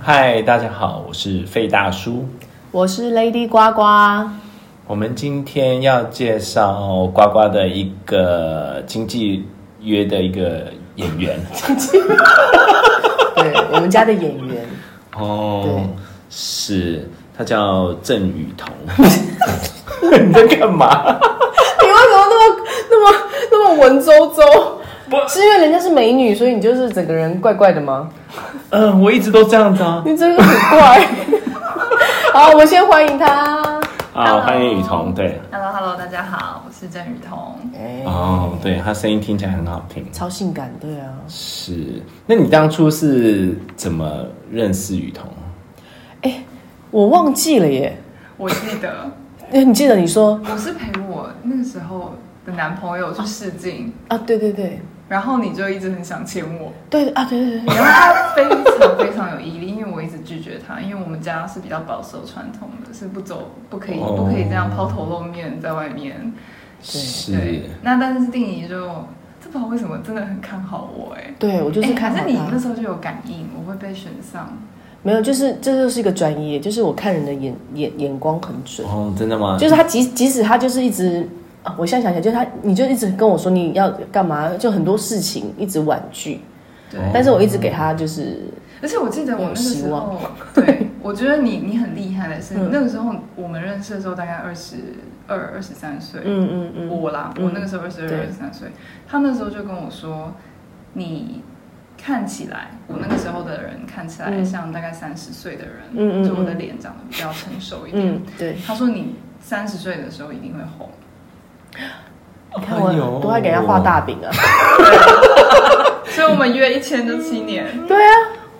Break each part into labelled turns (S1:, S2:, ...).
S1: 嗨，大家好，我是费大叔。
S2: 我是 Lady 呱呱，
S1: 我们今天要介绍呱呱的一个经纪约的一个演员
S2: 对我们家的演员，
S1: 哦
S2: 对，
S1: 是他叫郑雨桐。 你在干嘛？
S2: 你为什么那么那么那么文绉绉？
S1: 不
S2: 是因为人家是美女，所以你就是整个人怪怪的吗？
S1: 嗯、我一直都这样子啊。
S2: 你真的很怪。 好，我们先欢迎他。
S1: 啊，欢迎雨桐，对，
S3: Hello Hello，大家好，我是郑雨桐。
S2: 哎、
S1: 哦，对，他声音听起来很好听。
S2: 超性感，对啊。
S1: 是，那你当初是怎么认识雨桐？
S2: 哎、我忘记了耶。
S3: 我记 得
S2: 哎，你记得你说
S3: 我是陪我那时候的男朋友去试镜，
S2: 啊？对对对，
S3: 然后你就一直很想牵我，
S2: 对啊，对对对，
S3: 然后他非常非常有毅力，因为我一直拒绝他，因为我们家是比较保守传统的，是不走不可以
S1: 哦
S3: 不可以这样抛头露面在外面。
S1: 是
S3: 对，那但是定仪就这不知道为什么真的很看好我哎、
S2: 对我就是
S3: 哎
S2: 看
S3: 还
S2: 好
S3: 是
S2: 他。
S3: 你那时候就有感应，我会被选上。
S2: 没有，就是这就是一个专业，就是我看人的眼眼眼光很准。
S1: 哦，真的吗？
S2: 就是他即即使他就是一直，啊、我现在想起来，就是他你就一直跟我说你要干嘛，就很多事情一直婉拒，
S3: 对，
S1: 哎哦
S2: 但是我一直给他就是，
S3: 而且我记得我那个时
S2: 有希
S3: 候， 对，我觉得你你很厉害的是，
S2: 嗯
S3: 那个时候我们认识的时候大概二十二、二十三岁，
S2: 嗯嗯嗯，
S3: 我啦，
S2: 嗯
S3: 我那个时候二十二、
S2: 对
S3: 二十三岁，他那时候就跟我说，你看起来，我那个时候的人看起来
S2: 嗯
S3: 像大概三十岁的人，
S2: 嗯嗯
S3: 就我
S2: 嗯
S3: 的脸长得比较成熟一点。
S2: 嗯，对，
S3: 他说你三十岁的时候一定会 红，
S2: 你看
S1: 哎呦
S2: 我都爱给他画大饼啊，
S3: 所以我们约一千就七年。
S2: 对啊，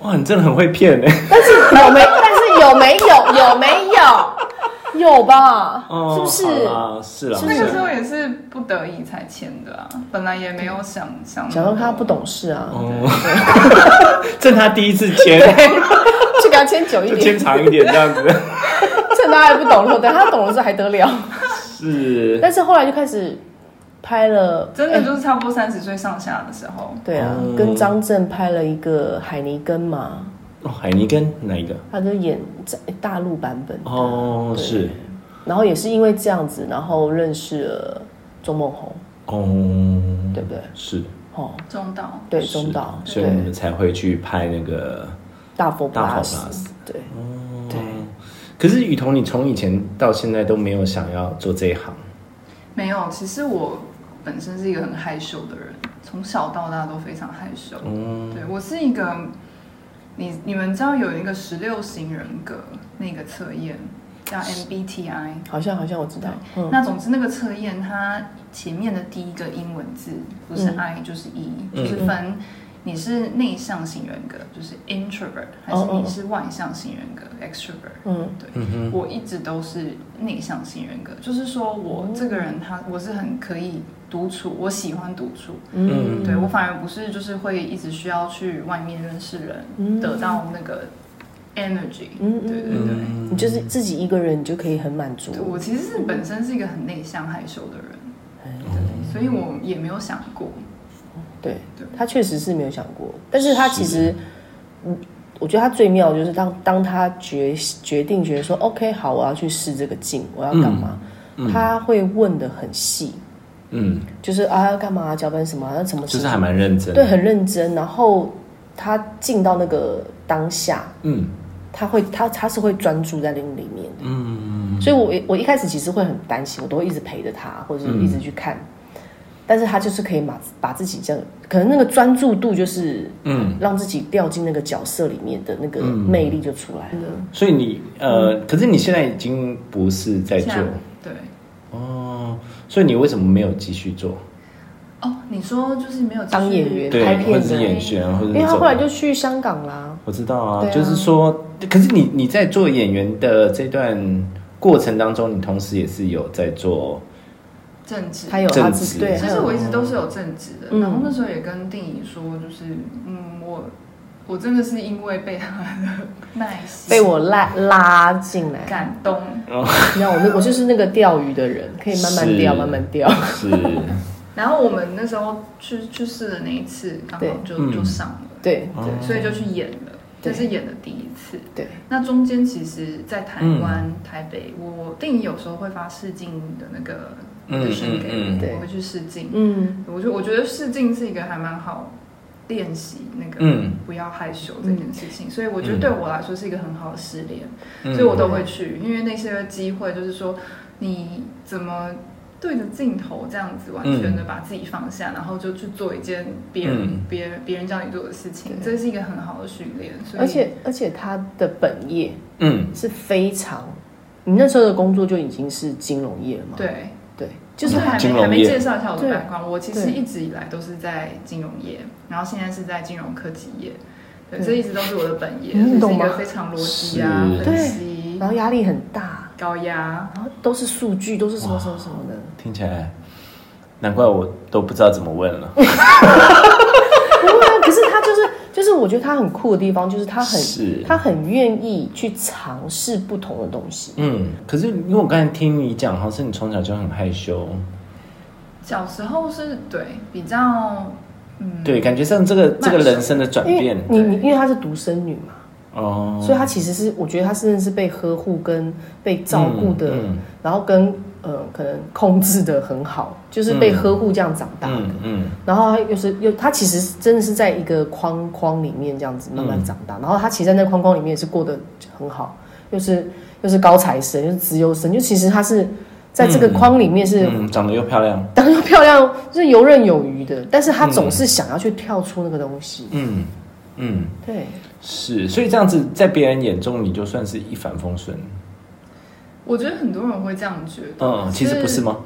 S1: 哇，你真的很会骗哎、
S2: 但是有没，但是有没有，有没有，有吧，是不
S1: 哦
S2: 是？
S1: 好啦是啦，
S2: 是不
S3: 那
S2: 是
S3: 个时候也是不得已才签的啊，本来也没有想想。
S2: 假装他不。懂事啊，
S1: 哦，趁他第一次签，
S2: 就给他牵久一
S1: 就
S2: 点
S1: 牵，长一点这样子。
S2: 趁他还不懂的时候，等他懂了之后还得了。
S1: 是，
S2: 但是后来就开始拍了，
S3: 真的就是差不多三十岁上下的时候，
S2: 对啊，
S1: 嗯
S2: 跟张震拍了一个海尼根嘛，
S1: 哦，海尼根哪一个？
S2: 他就演在大陆版本，
S1: 哦，
S2: 对
S1: 是，
S2: 然后也是因为这样子，然后认识了钟梦红，
S1: 哦，
S2: 对不对？
S1: 是，
S2: 哦，
S3: 中岛
S2: 对，
S1: 是
S2: 中岛，
S1: 所以我
S2: 对，
S1: 们才会去拍那个
S2: 大佛
S1: 大佛
S2: plus，
S1: plus。
S2: 对，
S1: 哦
S2: 对。
S1: 可是雨桐，你从以前到现在都没有想要做这一行，
S3: 没有。其实我本身是一个很害羞的人，从小到大都非常害羞。
S1: 嗯，
S3: 对我是一个，你你们知道有一个十六型人格那个测验叫 MBTI，
S2: 好像好像我知道，嗯
S3: 那总之那个测验它前面的第一个英文字不是 I 就是 E，、
S1: 嗯
S3: 就是分你是内向型人格，就是 introvert，还是
S2: 哦哦
S3: 你是外向型人格 extrovert。
S2: 嗯
S3: 对，
S1: 嗯哼，
S3: 我一直都是内向型人格，就是说
S2: 哦
S3: 我这个人他我是很可以独处，我喜欢独处，
S1: 嗯
S3: 对我反而不是就是会一直需要去外面认识人，
S2: 嗯
S3: 得到那个 energy，
S2: 嗯
S3: 对对
S2: 嗯，
S3: 对。
S1: 嗯
S2: 你就是自己一个人，你就可以很满足
S3: 对，我其实是本身是一个很内向害羞的人，
S2: 嗯
S3: 对，所以我也没有想过，
S2: 对
S3: 对，
S2: 他确实是没有想过，但是他其实，嗯，我觉得他最妙的就是当当他决决定觉得说，OK，好，我要去试这个镜，我要干嘛，他会问的很细，
S1: 嗯，
S2: 就是啊要干嘛，脚本什么啊，要怎么
S1: 就
S2: 设计，
S1: 是还蛮认真的，
S2: 对，很认真。然后他进到那个当下，
S1: 嗯
S2: 他会他他是会专注在那个里面的，
S1: 嗯，
S2: 所以我我一开始其实会很担心，我都会一直陪着他，或者是一直去看。但是他就是可以把把自己这样，可能那个专注度就是
S1: 嗯，
S2: 让自己掉进那个角色里面的那个魅力就出来了。
S1: 所以你呃，
S2: 嗯
S1: 可是你现在已经不是在做
S3: 现在对。
S1: 哦，所以你为什么没有继续做？
S3: 哦，你说就是没有继续
S2: 当演员
S1: 对
S2: 拍，片
S1: 或
S2: 的
S1: 者是演员，或者
S2: 因
S1: 是
S2: 为他
S1: 走
S2: 后来就去香港啦，
S1: 我知道啊，
S2: 对啊
S1: 就是说，可是你你在做演员的这段过程当中，你同时也是有在做，
S3: 政治，
S2: 他有他自
S1: 正职
S2: 己对，
S3: 其
S2: 他
S3: 实
S2: 有
S3: 我一直都是有正职的，
S2: 嗯
S3: 然后那时候也跟定仪说，就是嗯，我我真的是因为被他的 耐心
S2: 被我拉拉进来。
S3: 感动，
S2: 你知道，我那我就是那个钓鱼的人，可以慢慢钓，
S1: 是
S2: 慢慢钓。
S1: 是
S3: 然后我们那时候去去试的那一次，刚好
S2: 对
S3: 就
S1: 嗯
S3: 就上了，
S2: 对
S1: 哦
S3: 对，所以就去演了。
S2: 对
S3: 这是演的第一次。
S2: 对，
S3: 那中间其实，在台
S1: 嗯
S3: 湾、台北，我电影有时候会发试镜的那个
S1: 嗯
S3: audition 给
S1: 嗯
S2: 嗯对
S3: 我，我会去试镜。
S2: 嗯，
S3: 我就我觉得试镜是一个还蛮好练习那个
S1: 嗯
S3: 不要害羞这件事情，所以我觉得
S1: 嗯
S3: 对我来说是一个很好的试炼。
S1: 嗯
S3: 所以我都会去，因为那些机会就是说，你怎么对着镜头这样子完全的把自己放下，然后就去做一件别人、
S1: 嗯
S3: 别人别人叫你做的事情，
S2: 对
S3: 这是一个很好的训练。所以
S2: 而且而且他的本业
S1: 嗯
S2: 是非常，你那时候的工作就已经是金融业了嘛？
S3: 对，
S2: 对，就是
S3: 哦还
S1: 金
S3: 没
S1: 融业
S3: 还没介绍一下我的
S2: 对
S3: background，我其实
S2: 对
S3: 一直以来都是在金融业，然后现在是在金融科技业，对，
S2: 对
S3: 这一直都是我的本业，
S2: 你
S3: 这是
S2: 懂
S3: 一
S2: 吗
S3: 个非常逻辑啊、
S1: 是
S3: 分
S2: 对
S3: 析、
S2: 然后压力很大，
S3: 高压，
S2: 然后都是数据，都是什么什么什么的。
S1: 听起来，难怪我都不知道怎么问了。
S2: 不会啊，可是他就是就是，我觉得他很酷的地方就是 他很
S1: 是
S2: 他很愿意去尝试不同的东西。
S1: 嗯，可是因为我刚才听你讲，好像是你从小就很害羞，
S3: 小时候是对比较嗯
S1: 对，感觉上这个这个
S3: 慢熟
S1: 人生的转
S2: 因
S1: 变
S2: 为，你你因为她是独生女嘛，
S1: 哦，
S2: 所以她其实是我觉得她真的是被呵护跟被照顾的，
S1: 嗯嗯
S2: 然后跟呃可能控制的很好，就是被
S1: 嗯
S2: 呵护这样长大的。
S1: 嗯嗯
S2: 然后他又是又他其实真的是在一个框框里面这样子慢慢长大，然后他其实在那个框框里面也是过得很好，又是又是高材生，又是资优生，就其实他是在这个框里面是、
S1: 嗯，长得又漂亮，
S2: 当然漂亮，就是游刃有余的，但是他总是想要去跳出那个东西。
S1: 嗯嗯，
S2: 对，
S1: 是，所以这样子在别人眼中，你就算是一帆风顺。
S3: 我觉得很多人会这样觉得，
S1: 嗯，其实不是？吗？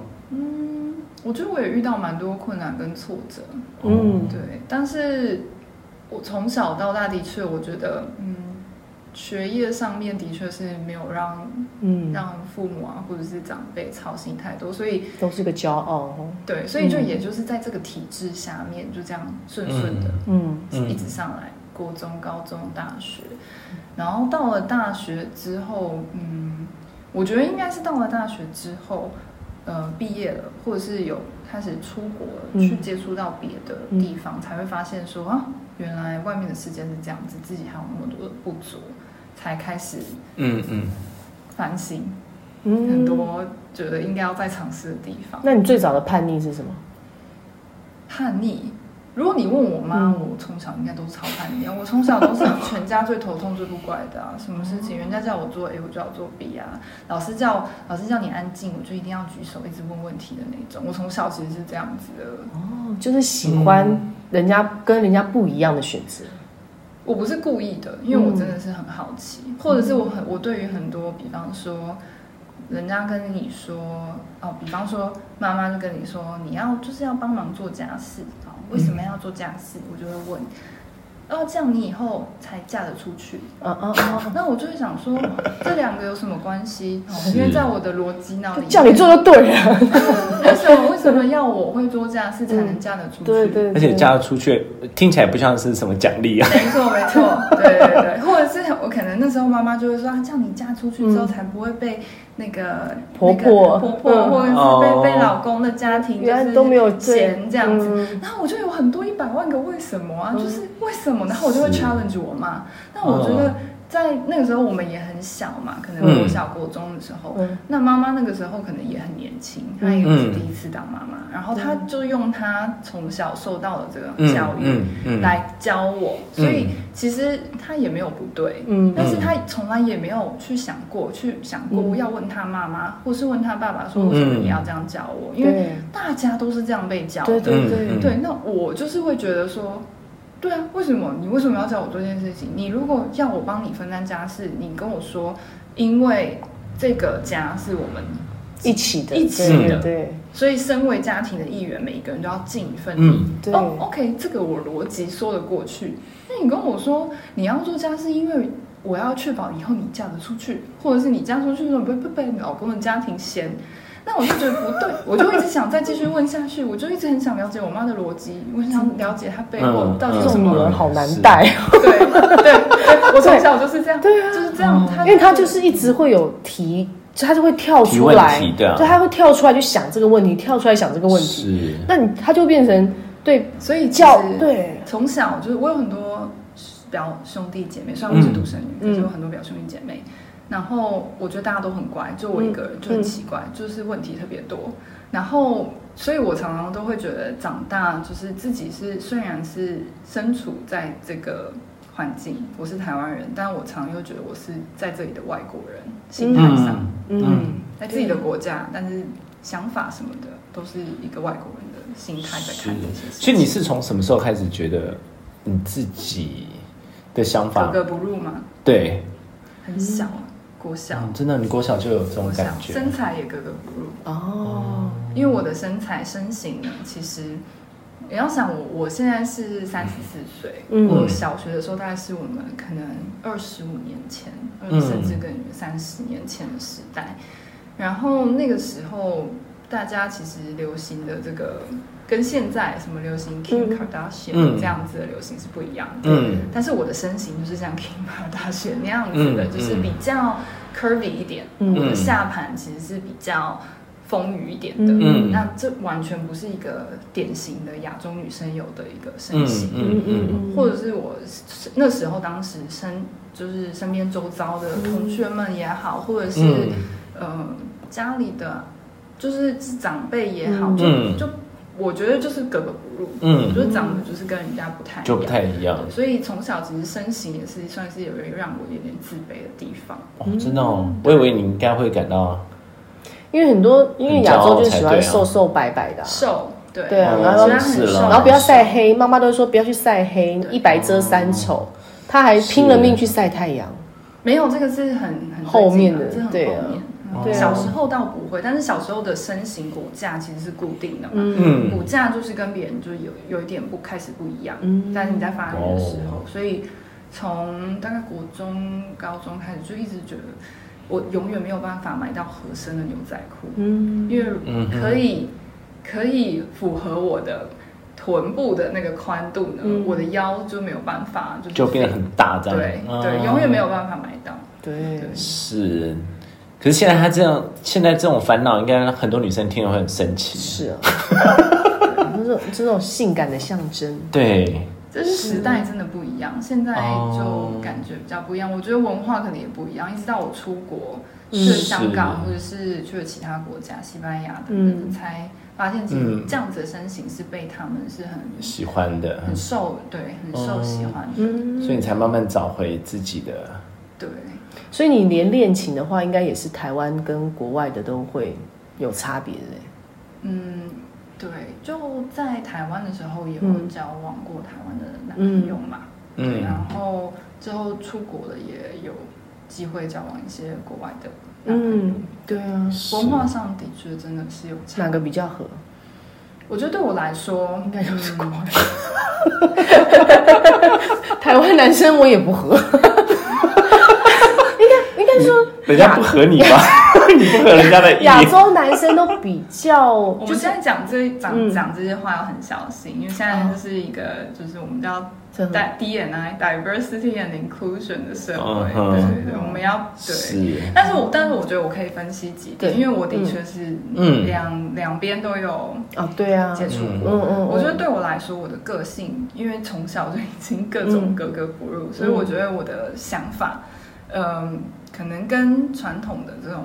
S3: 我觉得我也遇到蛮多困难跟挫折，
S1: 哦
S2: 嗯，
S3: 对，但是我从小到大的确，我觉得，嗯，学业上面的确是没有让
S2: 嗯，
S3: 让父母啊或者是长辈操心太多，所以
S2: 都是个骄傲哦。
S3: 对，所以就也就是在这个体制下面就这样顺顺的，
S2: 嗯
S1: 嗯
S3: 一直上来，国中、高中、大学，然后到了大学之后，嗯，我觉得应该是到了大学之后，呃，毕业了，或者是有开始出国了，
S2: 嗯
S3: 去接触到别的地方，才会发现说啊，原来外面的世界是这样子，自己还有那么多的不足，才开始
S1: 嗯嗯，
S3: 反省
S2: 嗯，
S3: 很。多觉得应该要再尝试的地方。
S2: 那你最早的叛逆是什么？
S3: 叛逆。如果你问我妈，
S2: 嗯
S3: 我从小应该都是超叛逆啊。我从小都是全家最头痛、最不乖的啊。什么事情人家叫我做 A，我就要做 B 啊。老师叫老师叫你安静，我就一定要举手，一直问问题的那种。我从小其实是这样子的。
S2: 哦，就是喜欢人家跟人家不一样的选择。
S3: 我不是故意的，因为我真的是很好奇，
S2: 嗯
S3: 或者是我很我对于很多，比方说，人家跟你说哦，比方说妈妈就跟你说你要就是要帮忙做家事哦，为什么要做家事？我就会问，哦，这样你以后才嫁得出去。
S2: 嗯嗯嗯
S3: 那我就会想说，这两个有什么关系？哦
S1: 是
S3: 因为在我的逻辑脑
S2: 嗯，
S3: 里
S2: 就，叫你做就对了。
S3: 为什么为什么要我会做家事才能嫁得出去？
S2: 对对，
S1: 而且嫁出去听起来不像是什么奖 励啊。
S3: 没错，没错，对对对，或者是我可能那时候妈妈就会说，啊，这样你嫁出去之后
S2: 嗯
S3: 才不会被那个
S2: 婆婆
S3: 那个婆婆
S2: 嗯哦
S3: 或者是
S1: 哦
S3: 被被老公的家庭
S2: 原
S3: 就
S2: 来
S3: 是
S2: 都没有这
S3: 嫌这样子。
S2: 嗯
S3: 然后我就有很多一百万个为什么啊，
S2: 嗯
S3: 就是为什么？然后我就会
S1: 是
S3: challenge 我妈。那我觉
S1: 嗯
S2: 哦
S3: 得在那个时候我们也很小嘛，可能
S1: 嗯
S3: 我小国中的时候，
S2: 嗯
S3: 那妈妈那个时候可能也很年轻，她也是第一次当妈妈，然后
S2: 嗯
S3: 她就用她从小受到的这个教育，
S1: 嗯嗯嗯
S3: 来教我，
S1: 嗯
S3: 所以其实他也没有不对，
S2: 嗯
S3: 但是他从来也没有去想过，去想过要问他妈妈，或是问他爸爸说
S2: 嗯
S3: 为什么你要这样教我，因为
S2: 对
S3: 大家都是这样被教的，
S2: 对对对
S1: 嗯嗯
S3: 对，那我就是会觉得说，对啊，为什么你为什么要叫我做这件事情？你如果要我帮你分担家事，你跟我说，因为这个家是我们
S2: 一起的，
S3: 一起
S2: 对
S1: 的
S2: 对
S3: 所以，身为家庭的一员，每一个人都要尽一份力
S1: 嗯。
S2: 对
S3: 哦、o k 这个我逻辑说得过去。那你跟我说你要做家是因为我要确保以后你嫁得出去，或者是你嫁出去的时候不会不被你老公的家庭嫌，那我就觉得不 对，我就一直想再继续问下去，我就一直很想了解我妈的逻辑，我想了解她背后
S1: 嗯
S3: 到底
S2: 对，
S3: 是
S2: 这
S3: 什
S2: 种
S3: 么。
S2: 女人好
S1: 哦
S2: 难带，
S3: 对对对，我从小就是这样，
S2: 嗯对啊
S3: 就是这样。
S2: 因为她就是一直会有提，就她就会跳出来，
S1: 提问题对啊
S2: 她会跳出来去想这个问题，跳出来想这个问题，
S1: 是，
S2: 那你她就变成对
S3: 所以其
S2: 教
S3: 实
S2: 对
S3: 从小就是我有很多表兄弟姐妹，虽然我是独生女，
S2: 嗯
S3: 可是有很多表兄弟姐妹。然后我觉得大家都很乖，就我一
S2: 嗯
S3: 个人就很奇怪，就是问题特别多。然后，所以我常常都会觉得长大就是自己是虽然是身处在这个环境，我是台湾人，但我常又觉得我是在这里的外国人，心态上、
S1: 嗯
S2: 嗯，
S3: 在自己的国家，但是想法什么的都是一个外国人的心态在
S1: 是
S3: 看这些事情。。
S1: 所以你是从什么时候开始觉得你自己的想
S3: 格
S1: 法？
S3: 格不入嘛，
S1: 对，
S3: 很小，国小，
S1: 嗯真的，你国小就有这种
S3: 国小
S1: 感觉。
S3: 身材也格格不入，
S2: 哦，
S3: 因为我的身材身形呢，其实你要想我，我现在是三十四岁，
S2: 嗯
S3: 我小学的时候大概是我们可能二十五年前，
S1: 嗯
S3: 甚至更三十年前的时代。然后那个时候，大家其实流行的这个跟现在什么流行 Kim
S2: 嗯
S3: Kardashian、
S1: 嗯
S3: 这样子的流行是不一样的。
S1: 嗯
S3: 但是我的身形就是像 Kim Kardashian 那样子的，
S1: 嗯
S3: 就是比较 curvy 一点，
S2: 嗯
S3: 我的下盘其实是比较丰腴一点的。
S1: 嗯
S3: 那这完全不是一个典型的亚洲女生有的一个身
S1: 嗯
S3: 形，
S1: 嗯嗯
S3: 或者是我那时候当时身就是身边周遭的同学们也好，或者是、
S1: 嗯
S3: 呃家里的就是长辈也好，
S1: 嗯
S3: 就就我觉得就是格格不入，我
S1: 嗯，
S3: 觉得长得就是跟人家不太一
S1: 就
S3: 样
S1: 不。太一
S2: 嗯
S1: 样。
S3: 所以从小其实身形也是算是有一个让我有点自卑的地方。
S1: 哦，真的哦，我以为你应该会感到
S2: 因为很多因为亚洲就是喜
S1: 很骄傲才对啊
S2: 欢瘦瘦白白的啊、
S3: 瘦，对
S2: 对啊
S3: 我
S2: 然后
S3: 虽然
S1: 是
S3: 很
S1: 啦
S3: 瘦，
S2: 然后不要晒黑，妈妈都会说不要去晒黑，一白遮三丑。他还拼了命去晒太阳，
S3: 没有，这个是很很
S2: 后面的
S3: 这很后
S2: 对
S3: 面
S2: 啊。
S3: 嗯
S2: 对啊
S3: 小时候倒不会，但是小时候的身形骨架其实是固定的嘛，
S1: 嗯
S3: 骨架就是跟别人就有有一点不开始不一样，
S2: 嗯
S3: 但是你在发育的时候，
S1: 哦
S3: 所以从大概国中、高中开始就一直觉得我永远没有办法买到合身的牛仔裤，
S2: 嗯，
S3: 因为
S1: 嗯哼
S3: 可以可以符合我的臀部的那个宽度呢，
S2: 嗯
S3: 我的腰就没有办法，就是
S1: 就变得很大这样。
S3: 对
S1: 嗯
S3: 对，永远没有办法买到。
S2: 啊对，
S1: 是。可是现在他这样，现在这种烦恼，应该很多女生听了会很生气。
S2: 是啊， 这种这种性感的象征，
S1: 对，
S3: 这是时代真的不一样，现在就感觉比较不一样。我觉得文化可能也不一样，一直到我出国去了香港，
S1: 是
S3: 或者是去了其他国家，西班牙等等，
S2: 嗯
S3: 才发现其实
S1: 嗯
S3: 这样子的身形是被他们是很
S1: 喜欢的，
S3: 很受对很受喜欢的，
S2: 嗯，
S1: 所以你才慢慢找回自己的。
S3: 对。
S2: 所以你连恋情的话，应该也是台湾跟国外的都会有差别的欸。
S3: 嗯，对，就在台湾的时候也有
S2: 嗯
S3: 交往过台湾的男朋友嘛，对，
S1: 嗯
S3: 然后之后出国了也有机会交往一些国外的男朋友，
S2: 嗯，对啊，
S3: 文化上的确真的是有差。
S2: 哪个比较合？
S3: 我觉得对我来说，应该就是国
S2: 嗯
S3: 外，
S2: 台湾男生我也不 合，应该应该说
S1: 人家不合你 吧？你不合人家的意。
S2: 亚洲男生都比较
S3: 我
S2: 就
S3: 们
S2: 是
S3: 现在讲这讲
S2: 嗯
S3: 讲这些话要很小心，因为现在就是一个就是我们叫
S2: 真的
S3: 带 DNI diversity and inclusion 的社会，
S1: 嗯哼
S3: 对对对，我们要对。
S1: 是，
S3: 但是我但是我觉得我可以分析几点，
S2: 对
S3: 因为我的确是
S1: 嗯
S3: 两两边都有
S2: 啊，对啊，
S3: 接触
S2: 嗯
S3: 过。
S2: 嗯嗯，
S3: 我觉得对我来说，我的个性因为从小就已经各种
S2: 嗯
S3: 格格不入，所以我觉得我的想法，嗯、可能跟传统的这种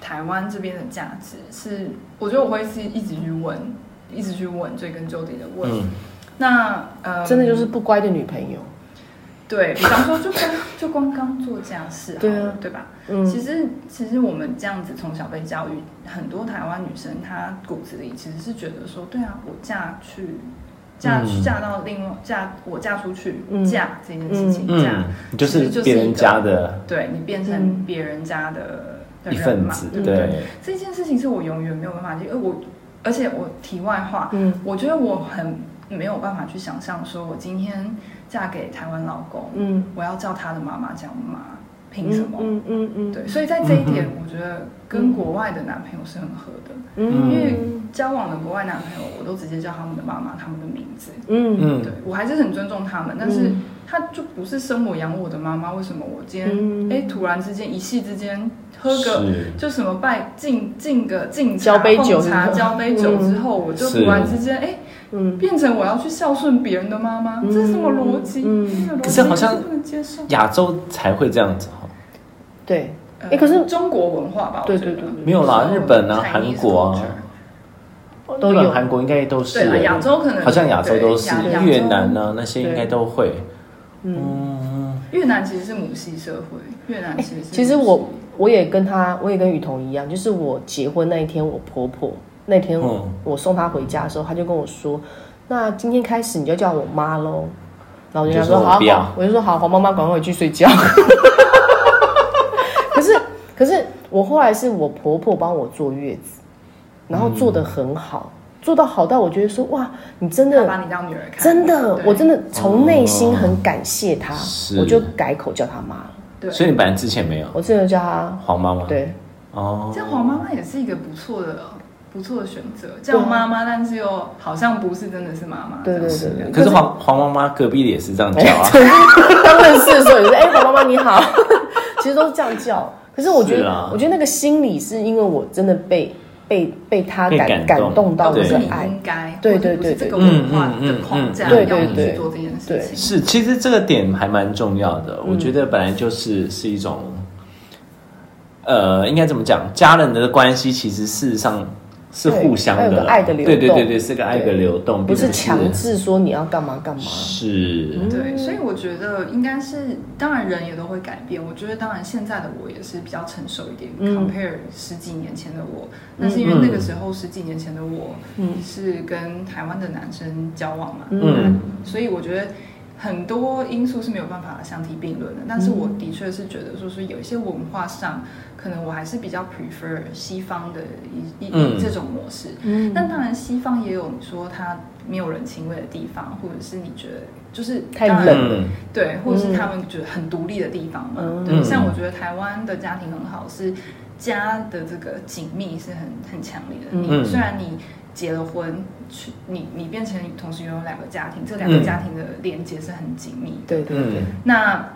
S3: 台湾这边的价值是，我觉得我会是一直去问，一直去问，追根究底的问。
S1: 嗯，
S3: 那呃，
S2: 真的就是不乖的女朋友，
S3: 对，比方说就光就光刚做家事好了，
S2: 对啊
S3: 对吧？其
S2: 嗯，
S3: 实，其实我们这样子从小被教育，很多台湾女生她骨子里其实是觉得说，对啊，我嫁去，嫁去
S1: 嗯
S3: 嫁到另外嫁，我嫁出去、
S2: 嗯
S3: 嫁这件事情，嫁
S1: 嗯，你就是别人家的
S3: 对你变成
S2: 嗯
S3: 别人家的、的
S1: 一
S3: 人
S1: 份
S3: 嘛
S1: 子，，
S3: 对不对？
S1: 对，
S3: 这件事情是我永远没有办法去，因为我而且我题外话，
S2: 嗯
S3: 我觉得我很没有办法去想象，说我今天嫁给台湾老公，
S2: 嗯
S3: 我要叫他的妈妈叫妈，凭什么？
S2: 嗯嗯嗯，
S3: 对，所以在这一点，我觉得跟国外的男朋友是很合的。
S2: 嗯，
S3: 因为交往的国外男朋友，我都直接叫他们的妈妈、他们的名字。
S2: 嗯
S1: 嗯
S3: 对，我还是很尊重他们，但是他就不是生我养我的妈妈，为什么我今天
S2: 嗯
S3: 哎、突然之间一夕之间喝个
S1: 是
S3: 就什么拜敬敬个敬茶
S2: 交杯酒
S3: 奉茶
S2: 是吗
S1: 嗯
S3: 交杯酒之后，我就突然之间哎、
S2: 嗯，
S3: 变成我要去孝顺别人的妈妈，这是什么逻辑？
S2: 嗯嗯
S3: 这个逻
S1: 可
S3: 辑
S1: 是好像
S3: 我不能接受。
S1: 亚洲才会这样子哈，
S2: 对，
S3: 呃
S2: 诶可是
S3: 中国文化吧，
S2: 对
S3: 我觉得
S2: 对对对
S1: 没有啦，日本啊、
S3: Chinese
S1: 韩国啊
S3: culture，
S2: 哦都
S3: 哦
S1: 日本
S2: 有
S1: 韩国应该都是
S3: 对啊，亚洲可能
S1: 好像亚洲都是
S3: 对亚亚洲
S1: 越南呢、那些应该都会。
S2: 嗯，
S1: 嗯，
S3: 越南其实是母系社会，越南其实
S2: 哎
S3: 是
S2: 其实
S3: 母系
S2: 我我也跟他，我也跟雨桐一样，就是我结婚那一天，我婆婆那天
S1: 嗯
S2: 我送她回家的时候，她就跟我说，那今天开始你就叫我妈喽。然后我就跟她说
S1: 你就说我
S2: 好
S1: 不要
S2: 好，我就说好，黄妈妈赶快回去睡觉。 可是可是我后来是我婆婆帮我坐月子，然后做的很好，做到好到我觉得说哇，你真的
S3: 她把你当女儿看，
S2: 真的，
S3: 对
S2: 我真的从内心很感谢他，
S1: 哦是
S2: 我就改口叫他妈了。
S3: 对。
S1: 所以你本来之前没有
S2: 我真的叫他，
S1: 黄妈妈，，
S2: 对，
S1: 哦
S3: 这，样黄妈妈也是一个不错的、不错的选择，叫妈妈，但是又好像不是真的是妈妈。
S2: 对对
S1: 是
S2: 对哎对。
S1: 可是黄黄妈妈隔壁的也是这样叫啊，
S2: 刚认识的时候也是，哎、黄妈妈你好， 其实都是这样叫。可是我觉
S1: 是
S2: 得，
S1: 啊
S2: 我觉得那个心理是因为我真的被被被他
S1: 被
S2: 感
S1: 感动
S2: 动到
S3: 倒不
S2: 我
S3: 是
S2: 的
S1: 对
S3: 你
S2: 爱，
S3: 应该，
S2: 对
S3: 或者不
S2: 对
S3: 是
S2: 对
S3: 这个
S1: 对
S3: 文化
S1: 嗯嗯
S3: 的
S1: 嗯
S3: 框架
S1: 嗯
S2: 对
S3: 要
S2: 对
S3: 你
S2: 对
S3: 去做这件事
S2: 对
S3: 情。
S1: 是，其实这个点还蛮重要的。
S2: 嗯
S1: 我觉得本来就是是一种，呃，应该怎么讲？家人的关系其实事实上是
S2: 对
S1: 互相
S2: 要有
S1: 的
S2: 个
S1: 啦，
S2: 爱的流
S1: 对对
S2: 动
S1: 对对，是个爱的
S2: 对
S1: 流动，
S2: 不
S1: 并
S2: 是强制说你要干嘛干嘛。
S1: 是
S3: 对，所以我觉得应该是，当然人也都会改变。我觉得当然现在的我也是比较成熟一点、
S2: 嗯
S3: c o m p a r e 十几年前的我，那是因为那个时候十几年前的我
S2: 嗯
S3: 是跟台湾的男生交往嘛，
S1: 嗯
S3: 所以我觉得很多因素是没有办法相提并论的。但是我的确是觉得，说是有一些文化上，可能我还是比较 prefer 西方的一一、
S1: 嗯
S3: 这种模式。
S2: 嗯，
S3: 但当然，西方也有你说他没有人情味的地方，或者是你觉得就是
S2: 太
S3: 当然
S2: 冷
S1: 嗯，
S3: 对，或者是他们觉得很独立的地方嘛。
S2: 嗯
S3: 对，
S1: 嗯
S3: 像我觉得台湾的家庭很好，是家的这个紧密是很很强烈的。你、
S1: 嗯
S3: 虽然你结了婚，去你你变成同时拥有两个家庭，这两个
S1: 嗯
S3: 家庭的连接是很紧密的。
S2: 对对对，
S1: 嗯
S3: 那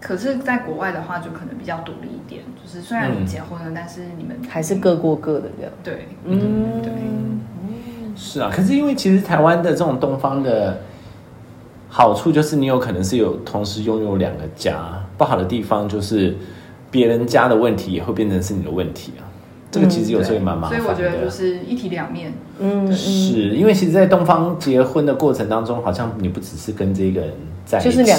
S3: 可是，在国外的话，就可能比较独立一点，就是虽然你
S1: 嗯
S3: 结婚了，但是你们
S2: 还是各过各的这样。
S3: 对
S2: 嗯，
S3: 对
S1: 是啊。可是因为其实台湾的这种东方的好处就是，你有可能是有同时拥有两个家，不好的地方就是别人家的问题也会变成是你的问题啊。这个其实有时候也蛮麻
S3: 嗯
S1: 烦
S3: 所以
S1: 的。啊
S3: 我觉得就是一体两面。
S2: 嗯嗯，
S1: 是因为其实，在东方结婚的过程当中，好像你不只是跟这个人在一起，
S2: 就是两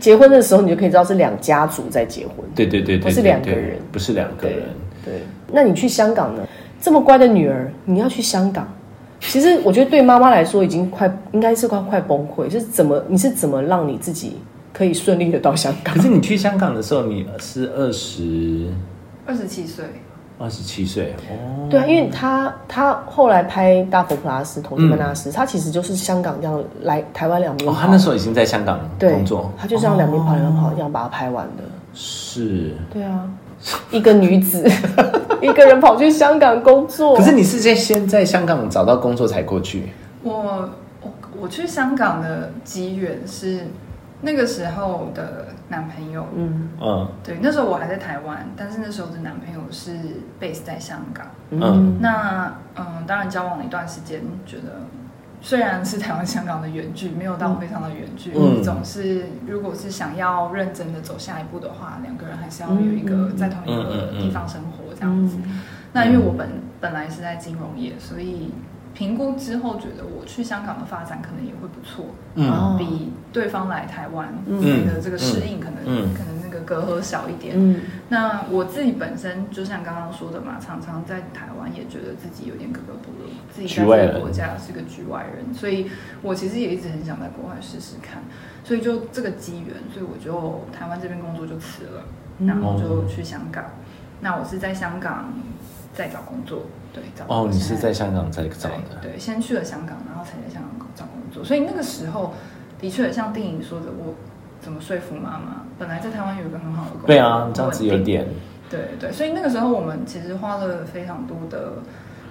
S2: 结婚的时候，你就可以知道是两家族在结婚。
S1: 对对对对，
S2: 不是
S1: 对
S2: 两个
S1: 对
S2: 人
S1: 不是两个
S2: 对
S1: 人，
S2: 对，那你去香港呢？这么乖的女儿，你要去香港？其实我觉得对妈妈来说已经快，应该是快快崩溃。就是怎么你是怎么让你自己可以顺利的到香港
S1: 可？是你去香港的时候，你是二十
S3: 二十七岁，
S1: 二十七岁哦，
S2: 对啊，因为她她后来拍《大佛普拉斯》《同志们拉斯》她其实就是香港这样来台湾两边
S1: 嗯哦，
S2: 跑。
S1: 他那时候已经在香港
S2: 对
S1: 工作，哦
S2: 她就这样两边跑两边跑，这样把它拍完的。
S1: 是。
S2: 对啊，一个女 子一个人跑去香港工作。
S1: 可是你是在先在香港找到工作才过去，
S3: 我我我去香港的机缘是那个时候的男朋友，
S2: 嗯
S1: 嗯
S3: 对，那时候我还在台湾，但是那时候的男朋友是 base 在香港。
S1: 嗯
S2: 嗯，
S3: 那嗯，当然交往了一段时间，觉得虽然是台湾 香港的远距，没有到非常的远距，
S1: 嗯
S3: 总是如果是想要认真的走下一步的话，两个人还是要有一
S2: 嗯
S3: 个
S2: 嗯
S3: 在同一个
S1: 嗯嗯嗯
S3: 地方生活这样子。那因为我本本来是在金融业，所以评估之后觉得我去香港的发展可能也会不错，
S1: 嗯
S2: 哦
S3: 比对方来台湾
S2: 嗯
S3: 的这个适应可能、
S1: 嗯
S3: 可能那个隔阂小一点。
S2: 嗯
S3: 那我自己本身就像刚刚说的嘛，常常在台湾也觉得自己有点格格不入，自己在
S1: 局外
S3: 这个
S1: 人
S3: 国家是个局外人，所以我其实也一直很想在国外试试看，所以就这个机缘，所以我就台湾这边工作就辞了，然后就
S1: 哦
S3: 去香港。那我是在香港再找工作，对，找工作
S1: 哦，你是
S3: 现
S1: 在香港才找
S3: 对
S1: 的，
S3: 对，先去了香港，然后才在香港找工作。所以那个时候的确像电影说的，我怎么说服妈妈？本来在台湾有一个很好的工作，
S1: 对啊，这样子有
S3: 稳定。
S1: 点
S3: 对对，所以那个时候我们其实花了非常多的，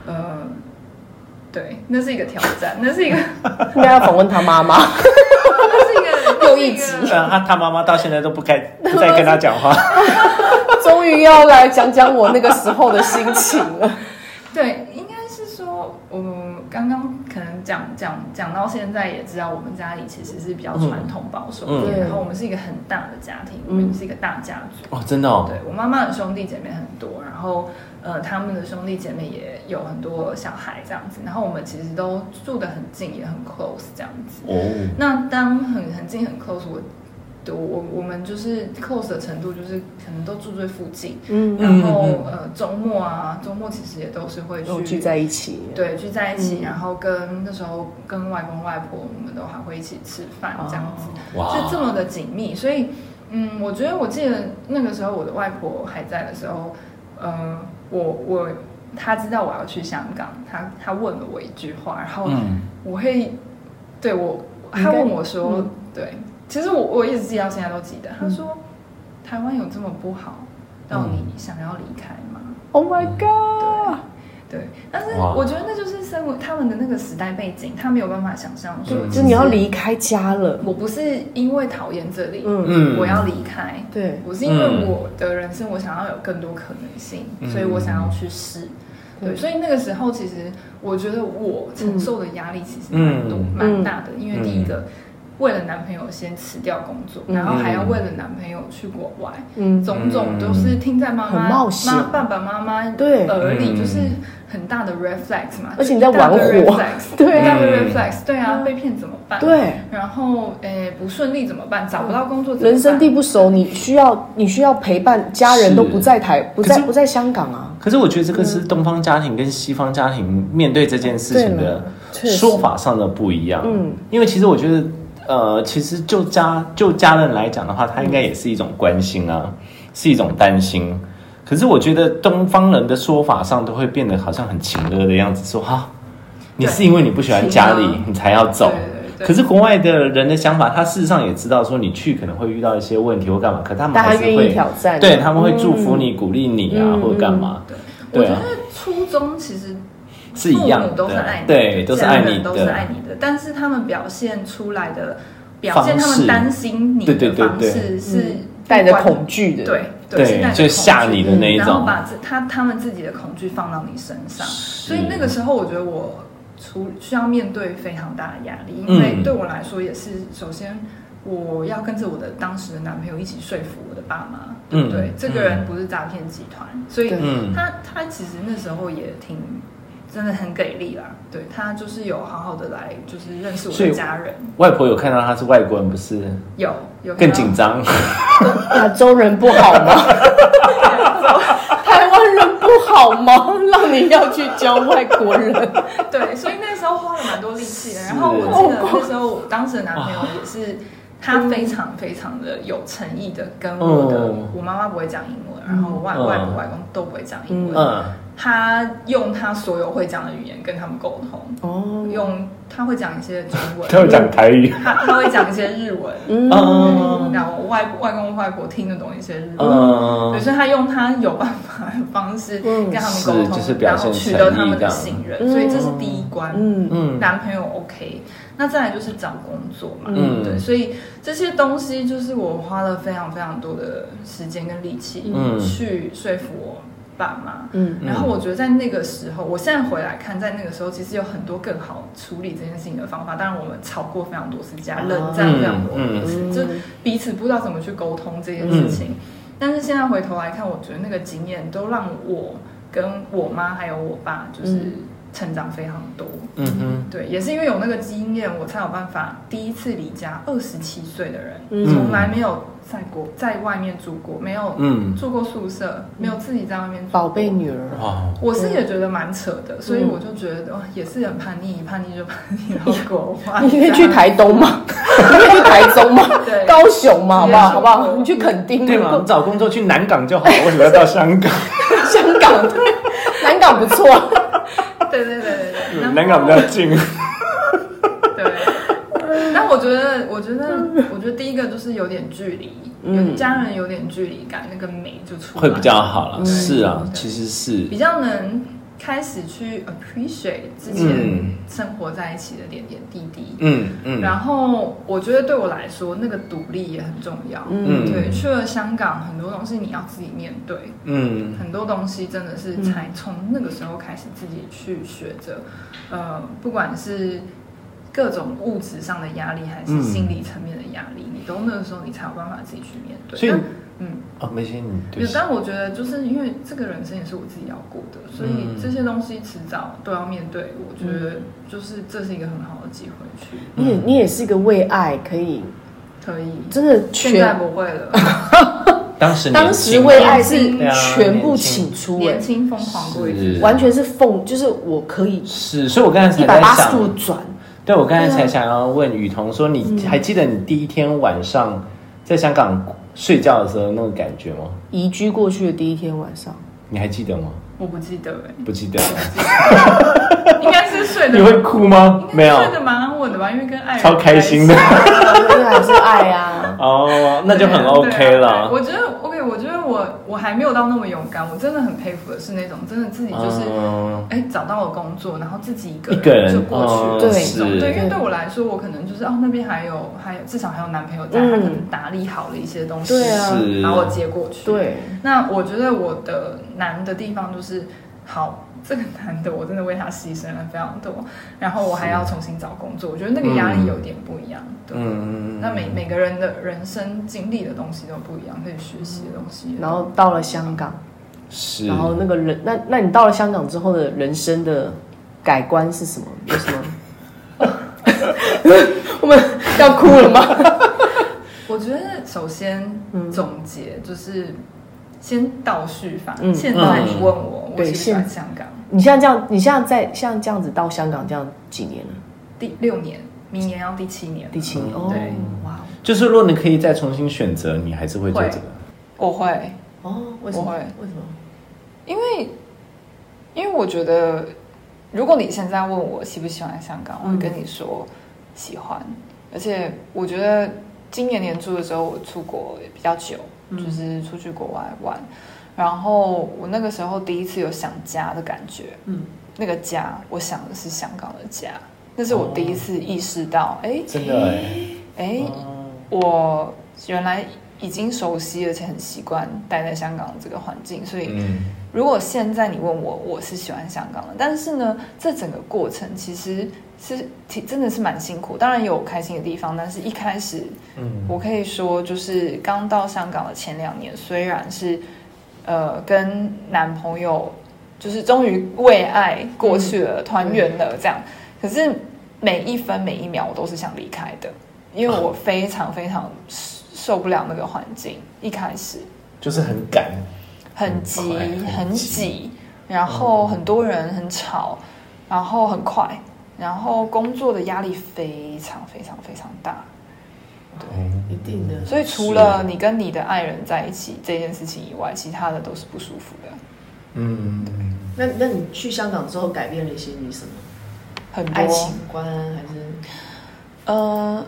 S3: 呃，对，那是一个挑战，那是一个，
S2: 应该要访问她妈妈。
S3: 那 是一个
S2: 又一集
S3: 那是
S1: 对啊，他他妈妈到现在都不该不再跟他讲话。
S2: 终于要来讲讲我那个时候的心情了。
S3: 对，应该是说，我们刚刚可能讲讲讲到现在也知道，我们家里其实是比较传统保守一点，
S2: 嗯
S3: 然后我们是一个很大的家庭，
S2: 嗯
S3: 我们是一个大家族。
S1: 哦，真的哦，
S3: 对我妈妈的兄弟姐妹很多，然后呃他们的兄弟姐妹也有很多小孩这样子，然后我们其实都住得很近，也很 close 这样子。
S1: 哦，
S3: 那当很很近很 close，我我我我们就是 close 的程度，就是可能都住最附近，
S2: 嗯，
S3: 然后
S1: 嗯嗯
S3: 呃周末啊，周末其实也都是会
S2: 然后
S3: 去
S2: 聚在一起，
S3: 对，聚在一起，
S2: 嗯
S3: 然后跟那时候跟外公外婆，我们都还会一起吃饭
S2: 啊
S3: 这样
S2: 哦
S3: 子，
S1: 哇，
S3: 就这么的紧密。所以，嗯，我觉得我记得那个时候我的外婆还在的时候，呃，我我她知道我要去香港，她她问了我一句话，然后
S1: 嗯，
S3: 我会对我，
S2: 应该
S3: 她问我说，
S2: 嗯
S3: 对，其实我我一直记到现在都记得，她
S2: 嗯
S3: 说、台湾有这么不好，到
S1: 嗯
S3: 你想要离开吗？
S2: ，Oh my God，
S3: 对，但是
S1: 哇
S3: 我觉得那就是生活他们的那个时代背景，他没有办法想象说
S1: 嗯，
S2: 就是你要离。开家了，
S3: 我不是因为讨厌这里，
S2: 嗯，
S1: 嗯
S3: 我要离开，
S2: 对，
S3: 我是因为我的人生我想要有更多可能性，
S1: 嗯
S3: 所以我想要去试。对，
S2: 嗯
S3: 所以那个时候其实我觉得我承受的压力其实蛮多
S1: 嗯
S3: 蛮、大的，因为第一个。为了男朋友先辞掉工作，
S2: 嗯
S3: 然后还要为了男朋友去国外，
S2: 嗯，
S3: 种种都是听在妈妈、
S2: 很冒险
S3: 妈爸爸妈妈
S2: 对
S3: 耳里
S1: 嗯
S3: 就是很大的 reflex 嘛，
S2: 而且你在玩火
S3: 就一大堆 reflex，
S2: 对啊
S3: 一大堆 reflex，对啊，
S2: 嗯
S3: 被骗怎么办？，
S2: 对，嗯
S3: 然后诶不顺利怎么办？找不到工作怎么办？
S2: 人生地不熟，你需要你需要陪伴，家人
S1: 是
S2: 都不在台，不
S1: 可
S2: 在
S1: 是
S2: 不在香港啊，
S1: 可是我觉得这个是东方家庭跟西方家庭面对这件事情
S2: 对
S1: 的
S2: 了确实
S1: 说法上的不一样。
S2: 嗯，
S1: 因为其实我觉得，呃，其实就家就家人来讲的话，他应该也是一种关心啊，是一种担心。可是我觉得东方人的说法上都会变得好像很情勒的样子，说哈、你
S3: 对
S1: 是因为你不喜欢家里
S3: 情勒，
S1: 你才要走。
S3: 对对对
S1: 可是国外的人的想法，他事实上也知道说你去可能会遇到一些问题或干嘛，可他们嗯
S2: 大
S1: 还
S2: 家
S1: 是
S2: 愿意
S1: 会
S2: 挑战，
S1: 对他们会祝福你、鼓励你啊，
S2: 嗯
S1: 或干嘛，
S3: 我
S1: 对
S3: 觉
S1: 啊
S3: 得，初衷其实
S1: 是一样
S3: 父母都是
S1: 的
S3: 爱，你的，
S1: 对，都是爱
S3: 家
S1: 你
S3: 人都是爱
S1: 的，
S3: 你的，但是他们表现出来的表现，
S1: 方式
S3: 他们担心你
S1: 对对
S3: 的
S1: 对
S3: 方
S1: 对
S3: 式
S2: 嗯
S3: 是
S2: 带着恐惧的，
S3: 对，对，是带
S1: 对，
S3: 着
S1: 就吓
S3: 恐惧
S1: 你的那一
S3: 然后
S1: 种，
S3: 把自他他们自己的恐惧放到你身上，
S1: 是
S3: 所以那个时候我觉得我出需要面对非常大的压力，因为
S1: 嗯
S3: 对我来说也是首先我要跟着我的当时的男朋友一起说服我的爸妈，对不对？
S1: 嗯
S3: 这个人不是诈骗集团，所以
S2: 对
S1: 嗯
S3: 他他其实那时候也挺。真的很给力啦，对他就是有好好的来，就是认识我
S1: 所以
S3: 的家人，
S1: 外婆有看到他是外国人，不是
S3: 有有看
S1: 更
S3: 到
S1: 紧 张？
S2: 亚洲人不好吗？台湾人不好吗？让你要去教外国人，
S3: 对，所以那时候花了蛮多力气的。
S1: 是
S3: 然后哦我记得那时候我当时的男朋友也是，他非常非常的有诚意的跟我的，
S1: 嗯
S3: 我妈妈不会讲英文，然后外
S1: 嗯
S3: 外婆外公都不会讲英文，
S1: 嗯，
S3: 他用他所有会讲的语言跟他们沟通，
S2: 哦，
S3: 用他会讲一些中
S1: 他会
S3: 文，
S1: 讲台语，
S3: 他他会讲一些日文，
S1: 嗯
S3: 然后外外公外婆听得懂一些日文。
S1: 嗯
S3: 对，，所以他用他有办法的方式
S2: 嗯
S3: 跟他们沟
S1: 是
S3: 通，
S1: 就是表
S3: 然
S1: 现
S3: 后取得
S1: 诚意
S3: 他们
S1: 这
S3: 的
S1: 样
S3: 信任，
S2: 嗯
S3: 所以这是第一关。
S2: 嗯
S1: 嗯
S3: 男朋友 OK，那再来就是找工作嘛，
S1: 嗯
S3: 对，所以这些东西就是我花了非常非常多的时间跟力气
S1: 嗯
S3: 去说服我爸妈。
S2: 嗯
S3: 然后我觉得在那个时候，我现在回来看，在那个时候其实有很多更好处理这件事情的方法。当然，我们吵过非常多次架，
S2: 哦
S3: 冷战
S1: 嗯
S3: 非常多
S1: 嗯
S3: 次，就彼此不知道怎么去沟通这件事情。但是现在回头来看，我觉得那个经验都让我跟我妈还有我爸就是
S2: 嗯
S3: 成长非常多。
S1: 嗯哼，
S3: 对，也是因为有那个经验，我才有办法第一次离家。二十七岁的人，
S2: 嗯
S3: 从来没有在国在外面住过，没有
S1: 嗯，
S3: 住过宿舍，没有自己在外面住过
S2: 宝贝。女嗯儿，
S1: 哇，
S3: 我是也觉得蛮扯的，所以我就觉得哇，也是很叛逆，叛逆就叛逆到国外。
S2: 你可以去台东吗？ 你可以去台中吗？
S3: 嗯对
S2: 高雄吗？好不好？
S3: 对
S2: 好不好？你去垦丁
S1: 对嘛？我们找工作去南港就好， 为什么要到香港？
S2: 香港，对南港不错。啊
S3: 对对对对对，然后
S1: 南港比较近，
S3: 对，但我觉得，我觉得，我觉得第一个就是有点距离，
S2: 嗯
S3: 有家人有点距离感，那个美就出来
S1: 会比较好了。
S3: 嗯
S1: 是啊，
S3: 对
S1: 其实是
S3: 比较能开始去 appreciate 之前
S1: 嗯
S3: 生活在一起的点点滴滴。
S1: 嗯嗯，
S3: 然后我觉得对我来说，那个独立也很重要。
S1: 嗯
S3: 对，去了香港，很多东西你要自己面对，
S1: 嗯
S3: 很多东西真的是才从那个时候开始自己去学着，呃，不管是各种物质上的压力，还是
S1: 嗯
S3: 心理层面的压力，你都那个时候你才有办法自己去面对。
S1: 所以
S3: 但嗯，
S1: 哦，梅心，你对
S3: 对，但我觉得就是因为这个人生也是我自己要过的，所以
S1: 嗯
S3: 这些东西迟早都要面对。我觉得就是这是一个很好的机会去，
S2: 你也你也是一个为爱可以
S3: 可以。
S2: 真的
S3: 现在
S2: 全
S3: 不会了，
S1: 当时
S2: 当
S1: 年
S2: 时
S1: 轻
S2: 为爱是
S3: 年轻
S1: 对啊
S2: 全部
S1: 年轻
S2: 请出哎、
S3: 年轻疯狂过一
S1: 是
S3: 次，
S2: 完全是奉就是我可以
S1: 是，所以我刚才
S2: 一
S1: 才
S2: 百
S1: 在
S2: 八
S1: 想
S2: 十，度转，
S1: 对，我刚才
S2: 对啊
S1: 才想要问雨桐说，你还记得你第一天晚上在香港睡觉的时候那个感觉吗？
S2: 移居过去的第一天晚上，
S1: 你还记得吗？
S3: 我不记得哎、
S1: 不记得。
S3: 应该是睡
S1: 你
S3: 得
S1: 会哭吗
S3: 应？该
S1: 没有，
S3: 睡得蛮安稳的吧，因为跟爱人
S1: 超开心的。
S2: 因为还是爱啊，
S1: 哦， 那就很
S3: 对
S1: OK
S3: 对啊
S1: 了。
S3: 我觉得 OK，我觉得我我还没有到那么勇敢，我真的很佩服的是那种真的自己就是。
S1: 嗯
S3: 哎，找到了工作，然后自己一个
S1: 一个人
S3: 就过
S1: 哦
S3: 去，
S2: 是
S3: 对对，因为
S2: 对
S3: 对我来说，我可能就是哦，那边还有还有，至少还有男朋友在，
S2: 嗯
S3: 他可能打理好了一些东西，
S2: 对啊
S1: 是
S3: 把我接过去。，
S2: 对，
S3: 那我觉得我的难的地方就是，好，这个难的我真的为他牺牲了非常多，然后我还要重新找工作，我觉得那个压力有点不一样。对，
S1: 嗯
S3: 那每每个人的人生经历的东西都不一样，可以学习的东西也都不一样。
S2: 然后到了香港，
S1: 嗯是
S2: 然后那个人那那你到了香港之后的人生的改观是什么？有什么？ 我们要哭了吗？
S3: 我觉得首先
S2: 嗯
S3: 总结就是先倒叙法。
S2: 嗯
S3: 现在你问我，我
S2: 对
S3: 其实喜欢香港
S2: 你现在这样，你现在在像这样子到香港这样几年了？
S3: 第六年，明年要第七年，
S2: 第七年、
S1: 嗯
S2: 哦，
S3: 对
S2: 哇
S1: 就是，如果你可以再重新选择，你还是会做
S3: 会
S1: 这个。
S3: 我会，
S2: 哦，为什么？
S3: 我会
S2: 为什么？
S3: 因为因为我觉得，如果你现在问我喜不喜欢香港，我
S2: 嗯
S3: 会跟你说喜欢，而且我觉得今年年初的时候我出国也比较久，
S2: 嗯
S3: 就是出去国外玩，然后我那个时候第一次有想家的感觉，
S2: 嗯，
S3: 那个家，我想的是香港的家，那是我第一次意识到，哎、
S1: 真的哎，
S3: 哎、
S1: 哦
S3: 我原来已经熟悉而且很习惯待在香港这个环境，所以
S1: 嗯
S3: 如果现在你问我，我是喜欢香港的，但是呢，这整个过程其实是挺真的是蛮辛苦，当然有开心的地方，但是一开始
S1: 嗯
S3: 我可以说，就是刚到香港的前两年，虽然是呃跟男朋友就是终于为爱过去了、团圆了这样，可是每一分每一秒我都是想离开的，因为我非常非常受不了那个环境，一开始
S1: 就是很赶，
S3: 很急
S1: 很快
S3: 很
S1: 很挤
S3: 挤，然后很多人很吵，然后很快，然后工作的压力非常非常非常大。
S1: 嗯
S2: 一定的
S3: 所以除
S1: 啊
S3: 了你跟你的爱人在一起这件事情以外，其他的都是不舒服的，
S1: 嗯，
S2: 那那你去香港之后改变了一些你什么
S3: 很多。
S2: 爱情观还是？
S3: 呃，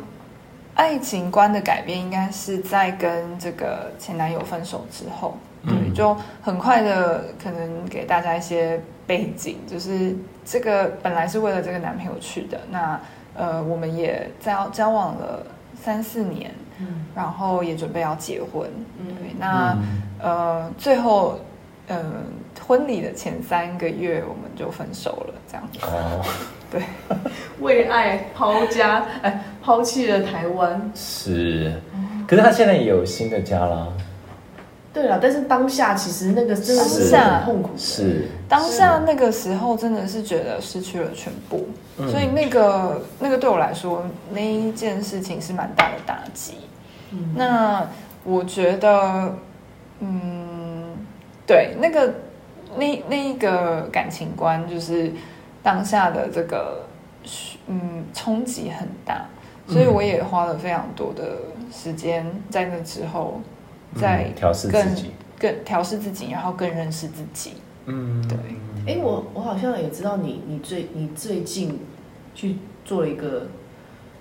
S3: 爱情观的改变应该是在跟这个前男友分手之后，对，
S1: 嗯
S3: 就很快的可能给大家一些背景，就是这个本来是为了这个男朋友去的，那呃，我们也交交往了三四年，
S2: 嗯
S3: 然后也准备要结婚，
S2: 嗯
S3: 对，那。
S1: 嗯
S3: 呃，最后，呃，婚礼的前三个月我们就分手了，这样子。
S1: 哦，
S2: 为爱抛家，哎，抛弃了台湾。
S1: 是，可是他现在也有新的家啦，
S2: 对了，但是当下其实那个真的是
S3: 当下
S2: 很痛苦的。
S1: 是，啊
S3: 当下那个时候真的是觉得失去了全部，
S1: 嗯
S3: 所以那个那个对我来说，那一件事情是蛮大的打击。
S2: 嗯
S3: 那我觉得，嗯，对，那个那那一个感情观就是当下的这个，嗯，冲击很大，所以
S1: 嗯
S3: 我也花了非常多的时间在那之后，在
S1: 嗯调试自
S3: 更
S1: 己，
S3: 更调试自己，然后更认识自己。
S1: 嗯，
S3: 对
S2: 哎、我我好像也知道你，你最你最近去做了一个，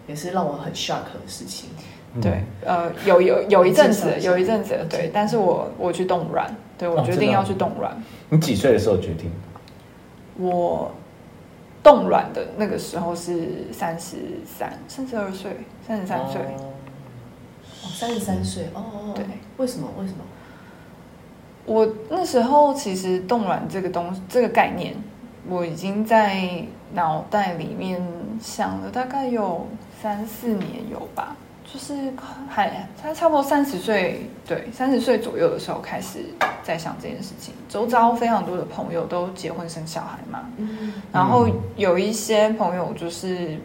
S2: 也是让我很 shock 的事情。
S1: 嗯
S3: 对，，呃，有有有一阵子
S2: 介绍，一下
S3: 有一阵子，对，但是我我去冻卵，对我
S1: 哦
S3: 决
S1: 真
S3: 定
S1: 的啊
S3: 要去冻卵，
S1: 你几岁的时候决定？
S3: 我冻卵的那个时候是三十三、三十二岁、三十三岁，
S2: 哦，三十三岁，哦哦哦，
S3: 对，
S2: 为什么？为什么？
S3: 我那时候其实冻卵这个东这个概念，我已经在脑袋里面想了大概有三四年有吧，就是还他差不多三十岁，对，三十岁左右的时候开始在想这件事情。周遭非常多的朋友都结婚生小孩嘛，
S2: 嗯
S3: 然后有一些朋友就是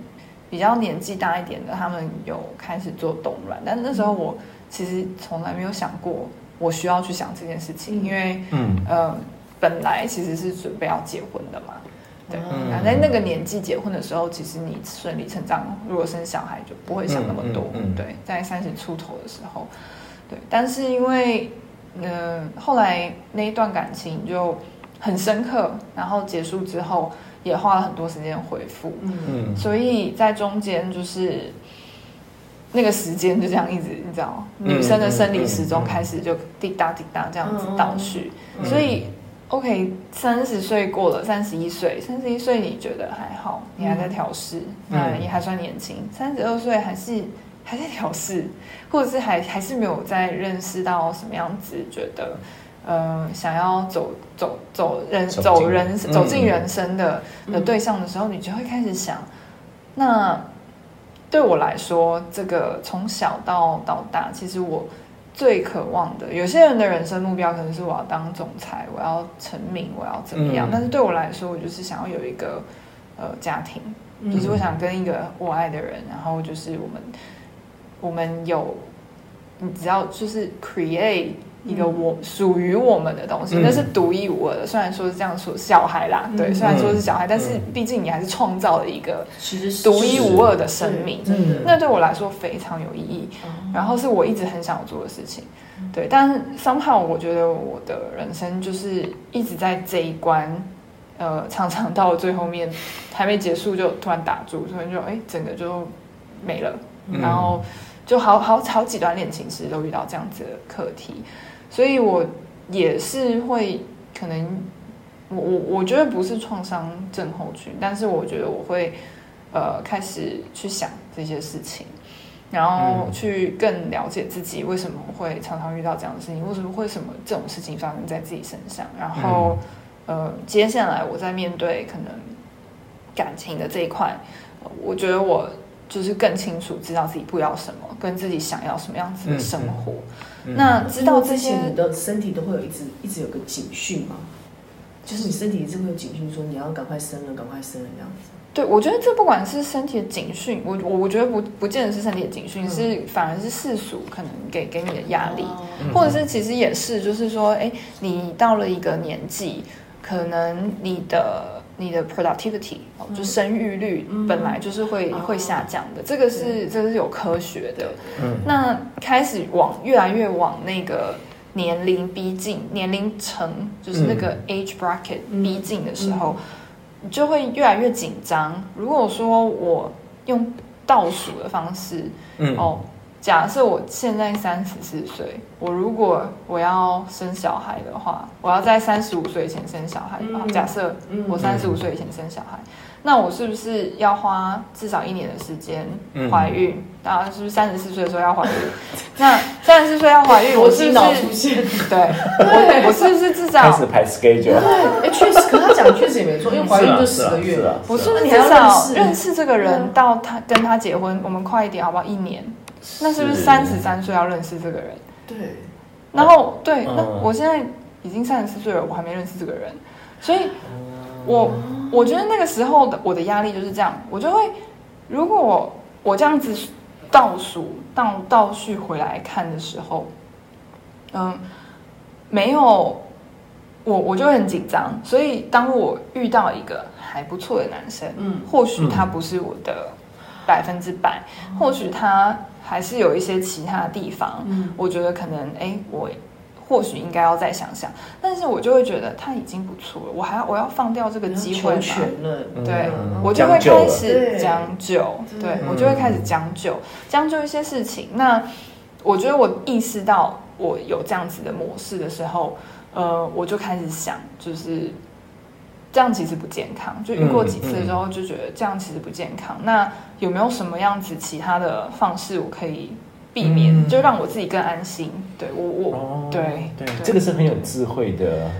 S3: 比较年纪大一点的，他们有开始做冻卵，但那时候我其实从来没有想过我需要去想这件事情，
S2: 嗯
S3: 因为
S1: 嗯
S3: 呃本来其实是准备要结婚的嘛，对，
S2: 嗯
S3: 啊在那个年纪结婚的时候，其实你顺理成章，如果生小孩就不会想那么多，
S1: 嗯嗯嗯
S3: 对，在三十出头的时候，对，但是因为嗯、呃后来那一段感情就很深刻，然后结束之后也花了很多时间回复，
S2: 嗯
S1: 嗯
S3: 所以在中间就是那个时间就这样一直，你知道，
S1: 嗯
S3: 女生的生
S1: 嗯
S3: 理
S1: 嗯
S3: 时钟开始就滴答滴答这样子
S2: 嗯嗯嗯
S3: 倒叙，
S1: 嗯
S3: 所以 OK，三十岁过了，三十一岁，三十一岁你觉得还好，你
S1: 嗯
S3: 还在调试，那也还算年轻。三十二岁还是还在调试，或者是还还是没有在认识到什么样子，觉得呃想要走走走人
S1: 走进
S3: 走人
S1: 嗯
S3: 走进人生的
S2: 嗯
S3: 的呃对象的时候，你就会开始想，那对我来说，这个从小到到大，其实我最渴望的，有些人的人生目标可能是我要当总裁，我要成名，我要怎么样。
S1: 嗯
S3: 但是对我来说，我就是想要有一个呃家庭，
S2: 嗯
S3: 就是我想跟一个我爱的人，然后就是我们我们有，你只要就是 create 一个
S2: 嗯
S3: 我、属于我们的东西，
S1: 嗯
S3: 那是独一无二的。虽然说是这样说小孩啦，对，
S2: 嗯
S3: 虽然说是小孩，但是
S1: 嗯
S3: 毕竟你还是创造了一个
S2: 其实是
S3: 独一无二的生
S1: 嗯
S3: 命。
S2: 真的。
S3: 那对我来说非常有意义，
S2: 哦
S3: 然后是我一直很想要做的事情，
S1: 嗯
S3: 对。但是 somehow 我觉得我的人生就是一直在这一关，呃，常常到了最后面还没结束就突然打住，突然就哎整个就没了，
S1: 嗯
S3: 然后就好好好几段恋情其实都遇到这样子的课题，所以我也是会可能我我我觉得不是创伤症候群，但是我觉得我会呃开始去想这些事情，然后去更了解自己为什么会常常遇到这样的事情，为什么会什么这种事情发生在自己身上，然后、呃接下来我在面对可能感情的这一块，呃我觉得我就是更清楚知道自己不要什么，跟自己想要什么样子的生活。
S1: 嗯嗯
S3: 那知道这些
S2: 因为之前你的身体都会有一直一直有个警讯嘛，就是你身体一直会有警讯说你要赶快生了，赶快生了这样子。
S3: 对，我觉得这不管是身体的警讯，我我我觉得不不见得是身体的警讯，
S2: 嗯
S3: 是反而是世俗可能给给你的压力，
S2: 哦
S1: 嗯
S3: 或者是其实也是就是说，哎，你到了一个年纪，可能你的你的 productivity 哦就生育率
S2: 嗯
S3: 本来就是会、
S2: 哦
S3: 会下降的，这个是这个是有科学的。
S1: 嗯
S3: 那开始往越来越往那个年龄逼近，年龄层就是那个 age bracket
S2: 嗯
S3: 逼近的时候，你就会越来越紧张。如果说我用倒数的方式，
S1: 嗯
S3: 哦，假设我现在三十四岁，我如果我要生小孩的话，我要在三十五岁以前生小孩的话，
S2: 嗯
S3: 假设
S2: 嗯
S3: 我三十五岁以前生小孩，那我是不是要花至少一年的时间
S1: 嗯
S3: 怀孕？然后是不是三十四岁的时候要怀孕？ 那三十四岁要怀孕，我是
S2: 是
S3: 不
S2: 脑出
S3: 是
S2: 现。
S3: 对我我是不是至
S1: 开
S3: 少
S1: 始排 schedule，
S2: 对，哎，确实，可他讲的确实也 没错，因为怀孕就十个月
S1: 是啊是啊是啊
S2: 了。
S3: 我是不
S2: 那
S3: 是至
S2: 你还要
S3: 少
S2: 认识
S3: 认识这个人
S2: 嗯
S3: 到他跟他结婚，我们快一点好不好？一年，那是不是
S1: 是
S3: 三十三岁要认识这个人？
S1: 啊
S2: 对，
S3: 然后对，那
S1: 嗯
S3: 我现在已经三十四岁了，我还没认识这个人，所以我我觉得那个时候的我的压力就是这样，我就会如果我我这样子倒数倒倒叙回来看的时候，嗯，没有我我就会很紧张，所以当我遇到一个还不错的男生，
S2: 嗯
S3: 或许他不是我的百分之百，或许他还是有一些其他地方，
S2: 嗯
S3: 我觉得可能哎，我或许应该要再想想，但是我就会觉得他已经不错了，我还要我要放掉这个机会
S2: 求
S3: 吗？
S2: 全了，
S3: 对
S1: 嗯
S3: 我就会
S1: 将就了
S3: 开始
S2: 对
S3: 将就，
S2: 对
S3: 对
S2: 嗯
S3: 我就会开始将就，将就一些事情。那我觉得我意识到我有这样子的模式的时候，呃，我就开始想，就是这样其实不健康。就遇过几次
S1: 嗯
S3: 之后，就觉得这样其实不健康。那有没有什么样子其他的方式我可以避免，
S1: 嗯
S3: 就让我自己更安心？对我我、
S1: 哦
S3: 对
S1: 对，这个是很有智慧的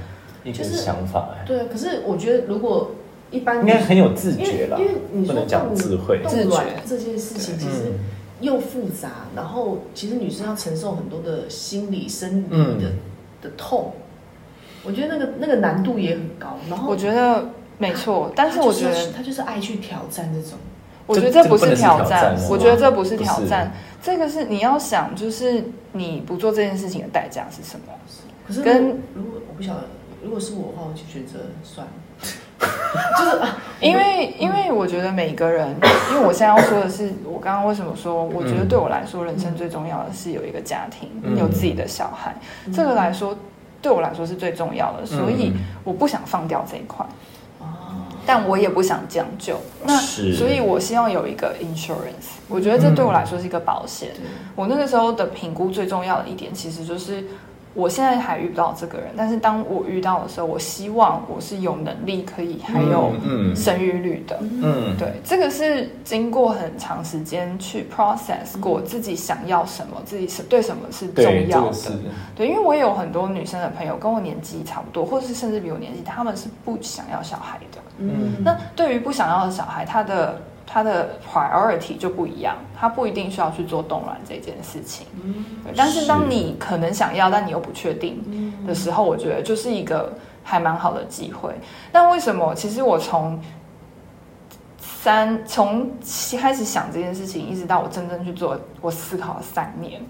S1: 一
S4: 就
S1: 个
S4: 是
S1: 想法，哎，
S4: 对，可是我觉得如果一般
S1: 应该很有自觉了
S2: 因为因为你
S1: 不
S2: 说
S1: 能讲
S2: 动
S1: 智慧
S2: 动卵这
S3: 自觉
S2: 件事情，
S3: 对
S2: 其
S1: 嗯
S2: 实又复杂，然后其实女生要承受很多的心理、生理
S1: 嗯
S2: 的、的痛，我觉得那个那个难度也很高。然后
S3: 我觉得没错，但是
S2: 她
S3: 我
S2: 就是
S3: 觉得
S2: 要她就是爱去挑战这种，
S3: 我觉得
S1: 这
S3: 这
S1: 这
S3: 不
S1: 个
S3: 是
S1: 不能是挑
S3: 挑
S1: 战
S3: 战
S1: 是，吗
S3: 我觉得这不是挑战，这个是你要想，就是你不做这件事情的代价是什么？
S2: 可是
S3: 跟
S2: 跟如果我不晓得，如果是我的话，我就选择算了， 就是啊
S3: 因为因为我觉得每个人， 因为我现在要说的是，我刚刚为什么说，我觉得对我来说，人生最重要的是有一个家庭，
S1: 嗯
S3: 有自己的小孩，
S2: 嗯
S3: 这个来说对我来说是最重要的，所以
S1: 嗯
S3: 我不想放掉这一块。
S2: 哦，
S3: 但我也不想将就，那
S1: 是
S3: 所以我希望有一个 insurance，我觉得这对我来说是一个保险。我那个时候的评估最重要的一点，其实就是我现在还遇不到这个人，但是当我遇到的时候，我希望我是有能力可以还有
S1: 嗯
S3: 生育率的。
S1: 嗯
S3: 对，这个是经过很长时间去 process 过自己想要什么，自己是对什么是重
S1: 嗯对，这
S3: 要
S1: 个
S3: 的
S1: 是。
S3: 对，因为我也有很多女生的朋友跟我年纪差不多，或者是甚至比我年纪大，她们是不想要小孩的。
S1: 嗯
S3: 那对于不想要的小孩，他的他的 priority 就不一样，他不一定需要去做冻卵这件事情。
S2: 嗯
S3: 对但是当你可能想要，但你又不确定的时候，我觉得就是一个还蛮好的机会。但为什么？其实我从三从开始想这件事情，一直到我真正去做，我思考了三年。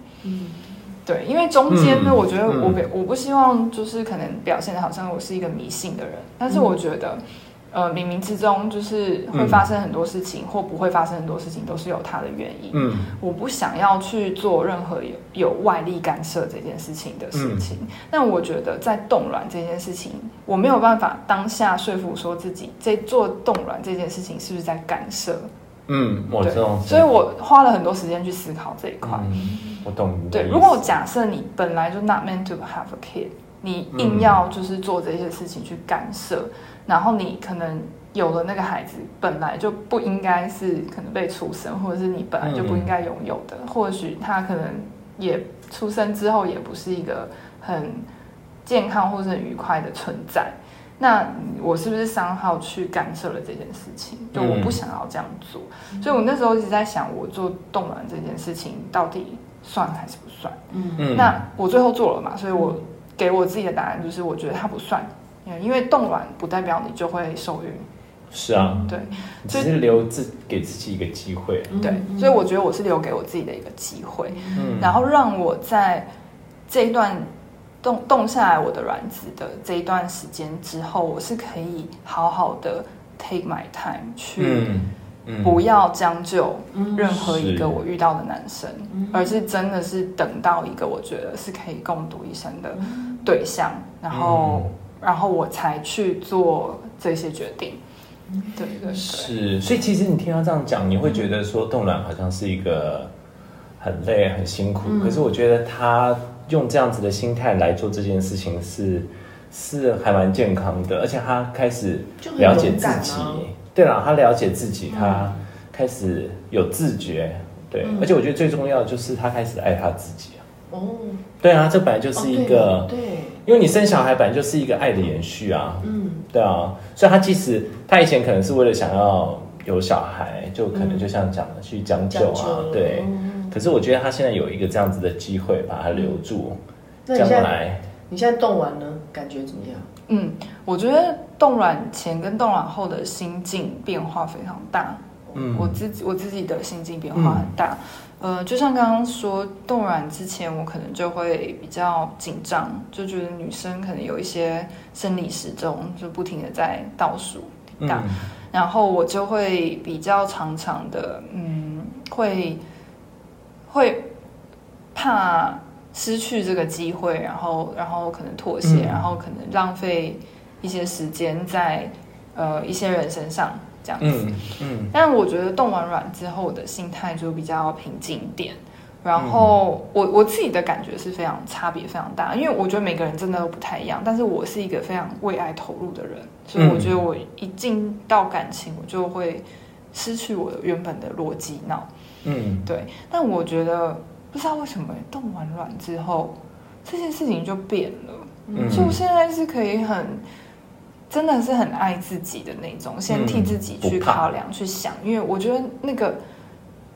S3: 对，因为中间呢，
S1: 嗯
S3: 我觉得我
S1: 嗯
S3: 给我不希望就是可能表现的好像我是一个迷信的人，但
S1: 嗯
S3: 是我觉得，呃，冥冥之中就是会发生很多事情，或不会发生很多事情，都是有它的原因。
S1: 嗯
S3: 我不想要去做任何有有外力干涉这件事情的事情。那我觉得在冻卵这件事情，我没有办法当下说服说自己在做冻卵这件事情是不是在干涉。
S1: 嗯，我
S3: 对
S1: 这种，，
S3: 所以我花了很多时间去思考这一块。
S1: 嗯，我懂你的
S3: 对，
S1: 意
S3: 如果
S1: 思
S3: 假设你本来就 not meant to have a kid，你
S1: 嗯
S3: 硬要就是做这些事情去干涉，然后你可能有了那个孩子，本来就不应该是可能被出生，或者是你本来就不应该拥有的，
S1: 嗯
S3: 或许他可能也出生之后也不是一个很健康或是很愉快的存在。那我是不是三号去干涉了这件事情？就我
S1: 嗯
S3: 不想要这样做，所以我那时候一直在想，我做冻卵这件事情到底算还是不算？
S1: 嗯
S3: 那我最后做了
S2: 嗯
S3: 嘛，所以我给我自己的答案就是，我觉得它不算，嗯因为冻卵不代表你就会受孕，
S1: 是啊，
S3: 对
S1: 只是留自给自己一个机会，
S2: 嗯
S3: 嗯对，所以我觉得我是留给我自己的一个机会，
S1: 嗯，
S3: 然后让我在这一段冻冻下来我的卵子的这一段时间之后，我是可以好好的 take my time 去
S1: 嗯嗯
S3: 不要将就
S2: 嗯
S3: 任何一
S1: 是
S3: 个我遇到的男生，而是真的是等到一个我觉得是可以共度一生的对象，然后、然后我才去做这些决定。对对对，
S1: 是，所以其实你听到这样讲，你会觉得说冻卵好像是一个很累、很辛苦。可是
S3: 嗯
S1: 我觉得他用这样子的心态来做这件事情是是还蛮健康的，而且他开始
S2: 就很
S1: 了解
S2: 勇
S1: 自
S2: 敢啊嗯
S1: 己。对了，他了解自己，他开始有自觉。对，而且我觉得最重要的就是他开始爱他自己啊。
S2: 哦，
S1: 对啊，这本来就是一个、
S2: 哦对对，
S1: 因为你生小孩本来就是一个爱的延续啊，嗯，对啊，所以他即使他以前可能是为了想要有小孩，就可能就像讲的、去将就
S2: 将
S1: 啊，
S2: 就
S1: 对。
S2: 哦
S1: 可是我觉得他现在有一个这样子的机会把它留住，
S2: 那你
S1: 将
S2: 现在
S1: 来
S2: 你现在动完呢，感觉怎么样？
S3: 嗯，我觉得冻卵前跟冻卵后的心境变化非常大。
S1: 嗯
S3: 我自己我自己的心境变化很大。呃，就像刚刚说，冻卵之前我可能就会比较紧张，就觉得女生可能有一些生理时钟，就不停的在倒数
S1: 嗯
S3: 大，然后我就会比较常常的，嗯，会会怕失去这个机会，然后然后可能妥协，
S1: 嗯
S3: 然后可能浪费一些时间在呃一些人身上这样子。
S1: 嗯嗯
S3: 但我觉得动完软之后，我的心态就比较平静一点。然后我我自己的感觉是非常差别非常大，因为我觉得每个人真的都不太一样。但是我是一个非常为爱投入的人，所以我觉得我一进到感情，我就会失去我原本的逻辑脑。
S1: 嗯
S3: 对，但我觉得不知道为什么动完卵之后，这件事情就变了。
S1: 嗯
S3: 所以我现在是可以很，真的是很爱自己的那种，先替自己去
S1: 嗯不怕
S3: 考量、去想，因为我觉得那个。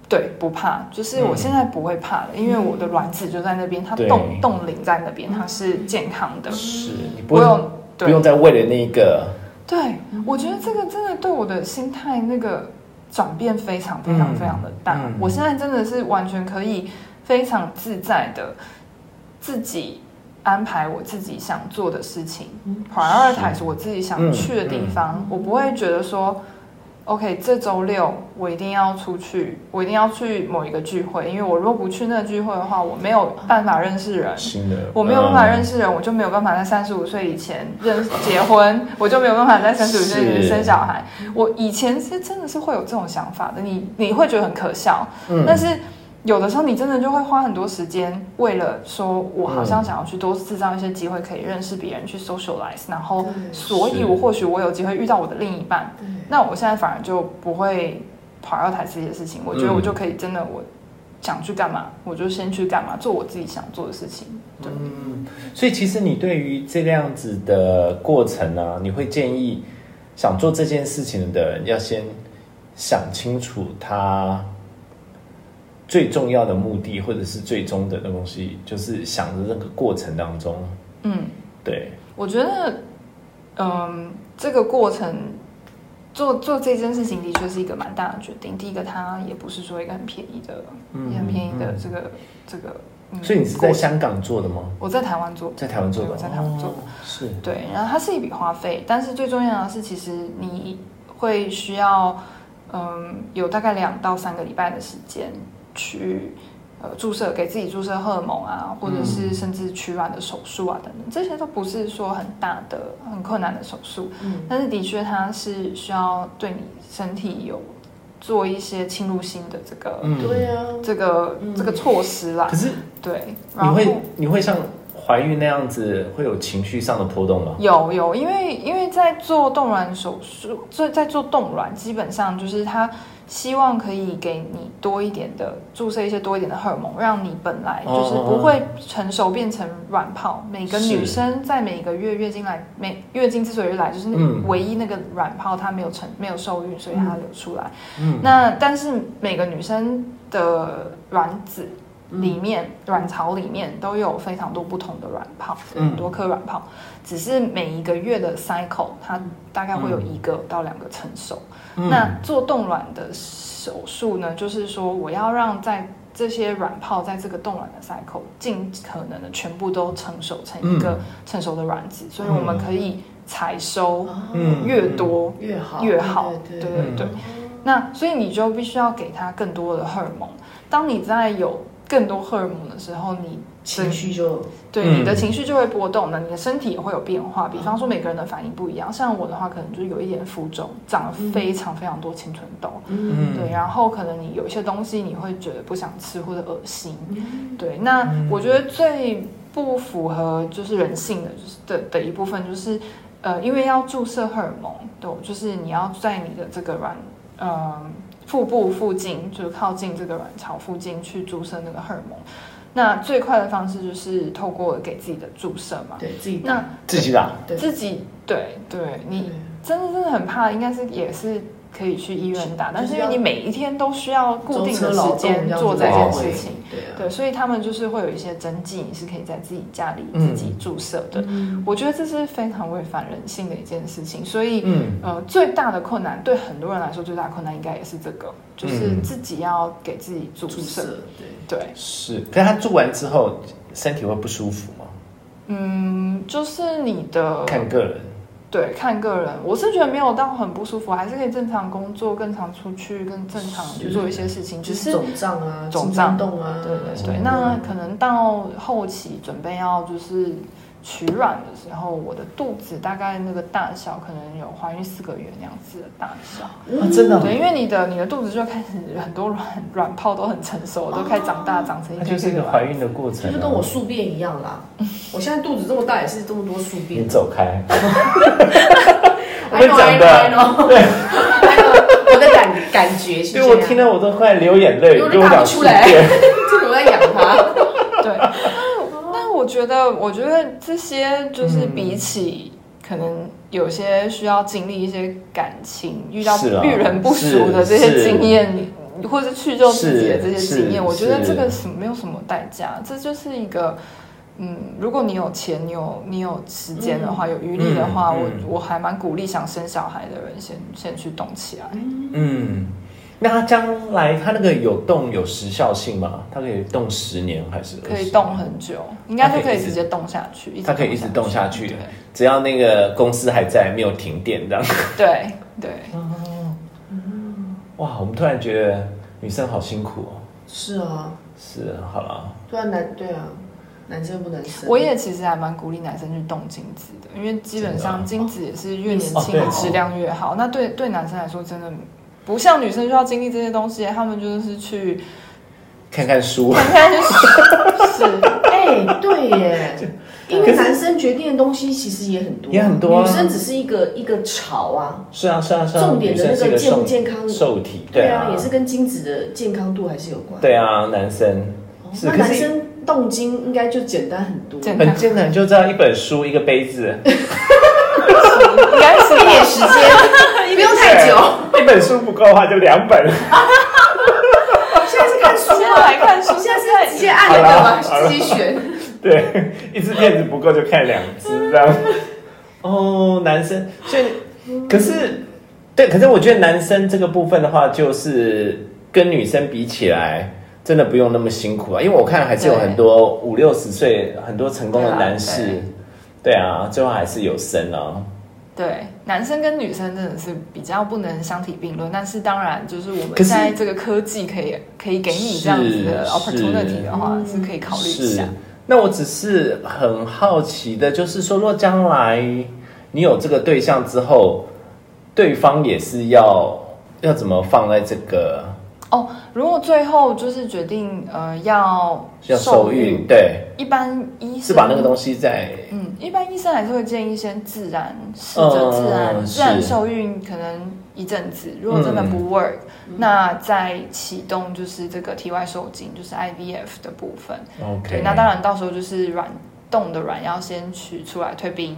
S3: 对，不怕，就是我现在不会怕了，因为我的卵子就在那边，它
S1: 嗯对
S3: 冻冻龄在那边，它是健康的。
S1: 是你不
S3: 我
S1: 用
S3: 有
S1: 不
S3: 对
S1: 用再为了那个
S3: 对，我觉得这个真的对我的心态那个转变非常非常
S1: 嗯
S3: 非常的大。
S1: 嗯
S3: 我现在真的是完全可以非常自在的自己安排我自己想做的事情、p r i o r i t i z e 我自己想去的地
S1: 嗯
S3: 方，我不会觉得说。OK，这周六我一定要出去，我一定要去某一个聚会，因为我如果不去那个聚会的话，我没有办法认识人，
S1: 新的，嗯
S3: 我没有办法认
S1: 识，
S3: 识人，我就没有办法在三十五岁以前认识结婚，我就没有办法在三十五岁以前
S1: 是
S3: 生小孩。我以前是真的是会有这种想法的，你你会觉得很可笑，
S1: 嗯
S3: 但是有的时候你真的就会花很多时间，为了说我好像想要去多制造一些机会可以认识别人，去 socialize，然后
S2: 对
S3: 所以
S1: 是
S3: 我或许我有机会遇到我的另一半，
S2: 对，
S3: 那我现在反而就不会跑要台这些事情，我觉得
S1: 嗯
S3: 我就可以真的我想去干嘛，我就先去干嘛，做我自己想做的事情。对，
S1: 嗯所以其实你对于这样子的过程呢、你会建议想做这件事情的人要先想清楚他最重要的目的，或者是最终的那东西，就是想着那个过程当中，
S3: 嗯，
S1: 对，
S3: 我觉得，嗯，这个过程做做这件事情的确是一个蛮大的决定。第一个，它也不是说一个很便宜的，
S1: 嗯
S3: 也很便宜的
S1: 嗯
S3: 这个、这个。嗯
S1: 所以你是在
S3: 过程
S1: 香港做的吗？
S3: 我在台湾做，
S1: 在台湾做的，
S3: 对我在台湾做
S1: 哦是，
S3: 对，然后它是一笔花费，但是最重要的是，其实你会需要，嗯，有大概两到三个礼拜的时间去。呃，注射给自己注射荷尔蒙啊，
S1: 嗯
S3: 或者是甚至取卵的手术啊，等等，这些都不是说很大的、很困难的手术，
S2: 嗯，
S3: 但是的确它是需要对你身体有做一些侵入性的这个、
S1: 嗯
S2: 对啊，
S3: 这个、这个措施啦
S1: 可。是
S3: 对，啊然
S1: 你
S3: 后。
S1: 会你会像怀孕那样子会有情绪上的波动吗？
S3: 有有，因为因为在做冻卵手术，所以在做冻卵，基本上就是他希望可以给你多一点的注射一些多一点的荷尔蒙，让你本来就是不会成熟变成卵泡。每个女
S1: 是
S3: 生在每个月月经来，每月经之所以来，就是那
S1: 嗯
S3: 唯一那个卵泡它没有成没有受孕，所以它流出来。
S1: 嗯
S3: 那但是每个女生的卵子
S1: 嗯
S2: 嗯
S3: 里面、卵巢里面都有非常多不同的卵泡，
S1: 嗯
S3: 很多颗卵泡，只是每一个月的 cycle 它大概会有一个到两个成熟。
S1: 嗯
S3: 那做冻卵的手术呢，就是说我要让在这些卵泡在这个冻卵的 cycle 尽可能的全部都成熟成一个
S1: 嗯
S3: 成熟的卵子，所以我们可以采收
S2: 哦
S1: 嗯
S3: 越多
S2: 越好
S3: 越好，
S2: 对
S3: 对
S2: 对
S3: 对对。那所以你就必须要给他更多的荷尔蒙。当你在有更多荷尔蒙的时候，你
S2: 情绪就
S3: 对
S1: 嗯
S3: 你的情绪就会波动了，你的身体也会有变化。比方说每个人的反应不一样，像我的话可能就有一点浮肿，长了非常非常多青春痘。
S2: 嗯
S3: 对，然后可能你有一些东西你会觉得不想吃或者恶心，对。那我觉
S2: 嗯
S3: 得最不符合就是人性的，就是的的一部分就是，呃，因为要注射荷尔蒙，对，就是你要在你的这个卵，嗯、腹部附近，就是靠近这个卵巢附近去注射那个荷尔蒙。那最快的方式就是透过给自己的注射嘛。
S2: 对自己
S3: 嗯那
S1: 自己打，
S2: 对
S3: 自己对对，你
S2: 对
S3: 真的真的很怕，应该是也是可以去医院打，
S2: 就是
S3: 但是因为
S2: 要
S3: 你每一天都需要固定
S2: 舟车
S3: 的
S2: 劳
S3: 时
S2: 顿
S3: 间
S2: 样子
S3: 做这
S2: 来
S3: 件
S2: 回
S3: 事情，，
S2: 对啊，
S3: 对，所以他们就是会有一些针剂，你是可以在自己家里
S1: 嗯
S3: 自己注射的。我觉得这是非常违反人性的一件事情，所以。
S1: 嗯
S3: 呃，最大的困难对很多人来说，最大的困难应该也是这个，就是
S1: 嗯
S3: 自己要给自己注
S2: 注
S3: 射。
S2: 射对。
S3: 对，
S1: 是，可是他做完之后身体会不舒服吗？
S3: 嗯，就是你的
S1: 看个人，
S3: 对，看个人，我是觉得没有到很不舒服，还是可以正常工作、正常出去、跟正常
S2: 是
S3: 去做一些事情，
S2: 就
S3: 只
S2: 是
S3: 是。
S2: 肿胀啊，
S3: 肿胀
S2: 动啊，
S1: 哦
S3: 对对
S1: 什么
S3: 对，
S1: 的
S3: 那可能到后期准备要就是取卵的时候，我的肚子大概那个大小可能有怀孕四个月那样子的大小。
S2: 啊真的哦
S3: 对，因为你的你的肚子就开始很多卵卵泡都很成熟，都开始长大，长成一
S1: 它
S3: 个
S1: 就是一个
S3: 卵
S1: 怀孕的过程、啊，
S2: 就是跟我宿便一样啦。我现在肚子这么大，也是这么多宿
S1: 你
S2: 便。
S1: 走开，我
S2: I
S1: 跟
S2: know,
S1: 你讲
S2: I
S1: 的，
S2: know, I know 我的感感觉是这
S1: 对
S2: 样。
S1: 我听了我都快流眼泪，
S2: 因为我
S1: 跟我
S2: 打
S1: 讲
S2: 不出来
S1: 世界
S2: 这个我在养它。
S3: 对，但我觉得，我觉得这些就是
S1: 嗯
S3: 比起可能有些需要经历一些感情、遇到
S1: 是啊
S3: 遇人不淑的这些经验，或者是去救自己的这些经
S1: 是
S3: 验，我觉得
S1: 是
S3: 这个是没有什么代价，这就是一个。嗯，如果你有钱，你有你有时间的话，有余力的话，
S1: 嗯嗯
S3: 我我还蛮鼓励想生小孩的人先先去动起来。
S1: 嗯，那它将来它那个有动有时效性吗？它可以动十年还是？
S3: 可以动，很久，应该
S1: 它可
S3: 就
S1: 以
S3: 可以
S1: 一直
S3: 直接动下去。
S1: 它可以一直动下去
S3: 对
S1: 只要那个公司还在，没有停电这样。
S3: 对对，
S2: 嗯
S1: 哇，我们突然觉得女生好辛苦哦。
S2: 是啊，
S1: 是，好了，
S2: 对啊，男对啊，男生不能生。
S3: 我也其实还蛮鼓励男生去动精子的，因为基本上精子也是越年轻
S1: 啊哦
S3: 的
S1: 对
S3: 质量越好。那对对男生来说，真的不像女生就要经历这些东西，他们就是去，。
S1: 看看书
S3: 看就是是
S2: 哎、对 耶，因为男生决定的东西其实也很多，
S1: 也很多啊
S2: 女生只是一个一个潮啊。
S1: 是啊，是啊，是啊。
S2: 重点的那
S1: 女生是一
S2: 个
S1: 个
S2: 健不
S1: 受
S2: 健康
S1: 受体，
S2: 对
S1: 啊
S2: 啊，，也是跟精子的健康度还是有关。
S1: 对啊，男生
S2: 哦，
S1: 是，
S2: 那
S1: 可
S2: 男
S1: 是
S2: 生动精应该就简单很多，
S3: 简
S1: 很艰难，就这样一本书，一个杯子，
S3: 应该是
S2: 一点时 间，不用 太久。
S1: 一本书不够的话就两本。
S2: 现在是看书
S3: 先
S1: 啊
S2: 吗？
S3: 来看书，
S2: 现在是直接按那个吗？自己选。
S1: 对，一支片子不够就看两支这样。哦，男生，所以可是对，可是我觉得男生这个部分的话，就是跟女生比起来，真的不用那么辛苦啊，因为我看还是有
S3: 对
S1: 很多五六十岁很多成功的男士对
S3: 对啊，
S1: 啊，最后还是有生啊。
S3: 对，男生跟女生真的是比较不能相提并论，但是当然就是我们
S1: 可是
S3: 现在这个科技可以可以给你这样子的
S1: 是
S3: opportunity
S1: 是嗯
S3: 的话，是可以考虑一
S1: 是
S3: 下。，
S1: 那我只是很好奇的，就是说，若将来你有这个对象之后，对方也是要要怎么放在这个
S3: 哦，如果最后就是决定呃要
S1: 要受孕？，对，
S3: 一般医生
S1: 是把那个东西在
S3: 嗯，一般医生还是会建议先自然试着自然、
S1: 嗯
S3: 自然
S1: 是
S3: 受孕，可能一阵子，如果真的
S1: 嗯
S3: 不 work，、那再启动就是这个体外受精，就是 IVF 的部分。
S1: OK，
S3: 嗯对，那当然到时候就是卵冻的卵要先取出来退冰，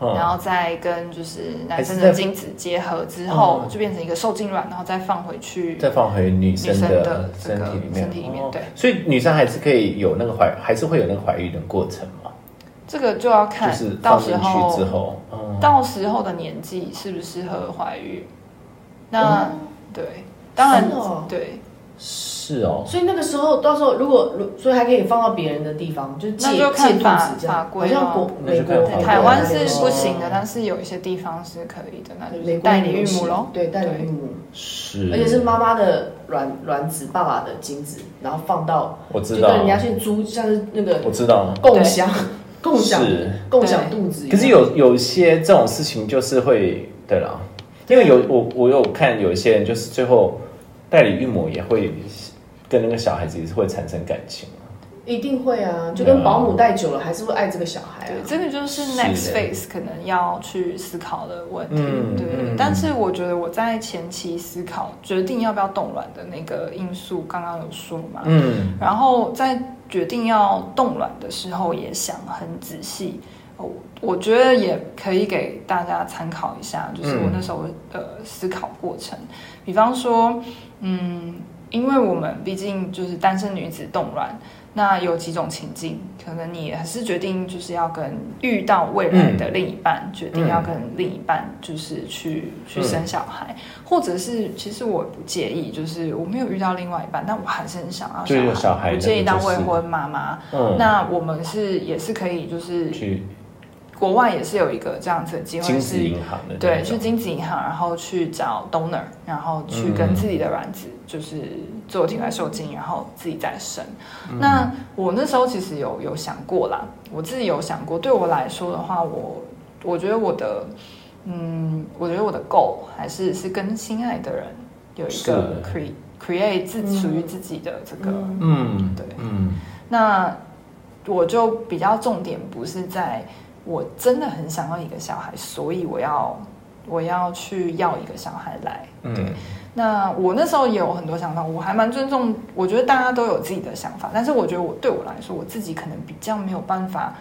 S1: 嗯
S3: 然后再跟就是男生
S1: 还是在
S3: 的精子结合之后，
S1: 嗯
S3: 就变成一个受精卵，然后再放回去。
S1: 再放回女生
S3: 女生的这
S1: 身
S3: 个
S1: 体里面，哦
S3: 身体里面对
S1: 所以女生还是可以有那个怀，还是会有那个怀孕的过程嘛，
S3: 这个就要看
S1: 就是
S3: 到
S1: 放
S3: 时
S1: 进去
S3: 候
S1: 之后，嗯，
S3: 到时候的年纪适不适合怀孕？那、对，当然、
S2: 是哦
S3: 对，
S1: 是哦，
S2: 所以那个时候，到时候如果如所以还可以放到别人的地方，就是借
S3: 那就看
S2: 借肚
S3: 法
S2: 子这
S3: 法
S2: 样，
S3: 规
S2: 好像
S3: 咯
S2: 国
S1: 那
S2: 美
S1: 就看
S2: 国
S1: 法
S2: 美
S1: 规对
S2: 国
S3: 台湾是
S2: 那
S3: 不
S2: 个
S3: 行的，但是有一些地方是可以的，那就是
S2: 美国
S3: 代理孕母
S2: 是
S3: 喽。
S2: 对，代理孕母，
S1: 是，
S2: 而且是妈妈的卵卵子、爸爸的精子，然后放到
S1: 我知
S2: 就跟
S1: 道
S2: 人，家去租，像是那个
S1: 我知道，
S2: 共享、共享、
S1: 是。
S2: 共享肚子一
S1: 可
S2: 样。
S1: 是有有些这种事情就是会，对啦，因为
S3: 啊
S1: 有我我有看有一些人就是最后代理孕母也会跟那个小孩子也是会产生感情，
S2: 一定会啊，就
S1: 对
S2: 跟
S1: 啊
S2: 保姆带久了还是会爱这个小孩啊
S3: 对，。这个就是
S1: 是
S3: next phase 可能要去思考的问题。
S1: 嗯
S3: 对、
S1: 嗯
S3: 但是我觉得我在前期思考决定要不要冻卵的那个因素，刚刚有说嘛，
S1: 嗯，
S3: 然后在决定要冻卵的时候，也想很仔细。哦我觉得也可以给大家参考一下，就是我那时候的呃思考过程。比方说，嗯，因为我们毕竟就是单身女子冻卵，那有几种情境，可能你还是决定就是要跟遇到未来的另一半，决定要跟另一半就是去、去生小孩，或者是其实我不介意，就是我没有遇到另外一半，但我还是很想要
S1: 就有小孩
S3: 不介意当
S1: 那个
S3: 未
S1: 就是
S3: 婚妈妈。
S1: 嗯
S3: 那我们是也是可以就是
S1: 去
S3: 国外也是有一个这样子的机会，
S1: 金
S3: 是
S1: 子银行的那
S3: 对，去
S1: 种
S3: 精子银行，然后去找 donor，然后去跟自己的卵子就是做体外受精，然后自己再生。
S1: 嗯
S3: 那我那时候其实有有想过啦，我自己有想过，对我来说的话，我我觉得我的嗯，我觉得我的 goal 还是是跟心爱的人有一
S1: 是
S3: 个 cre create 自属于自己的这个。
S2: 嗯
S1: 嗯，
S3: 对
S1: 嗯，
S3: 那我就比较重点不是在我真的很想要一个小孩，所以我要我要去要一个小孩来。对，
S1: 嗯，
S3: 那我那时候也有很多想法，我还蛮尊重，我觉得大家都有自己的想法，但是我觉得我对我来说，我自己可能比较没有办法。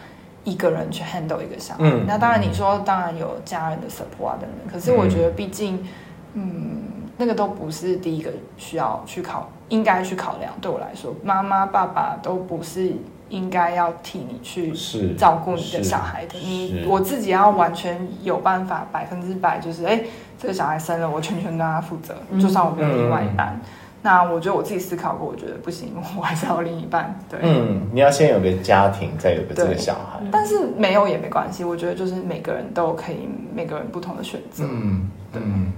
S3: 一个人去 handle 一个小孩，
S1: 嗯
S3: 那当然你说当然有家人的 support 啊等等，可是我觉得毕竟，嗯，那个都不是第一个需要去考，应该去考量。对我来说，妈妈、爸爸都不是应该要替你去
S1: 是
S3: 照顾你的
S1: 是
S3: 小孩的。你
S1: 是
S3: 我自己要完全有办法，百分之百就是，哎、这个小孩生了，我全权对他负责，
S1: 嗯
S3: 就算我没有另外一半。那我觉得我自己思考过，我觉得不行， 我还是要另一半。对，
S1: 嗯，你要先有个家庭，再有个这个
S3: 对
S1: 小孩，
S3: 但是没有也没关系，我觉得就是每个人都可以，每个人不同的选择。
S1: 嗯，
S3: 对
S1: 嗯，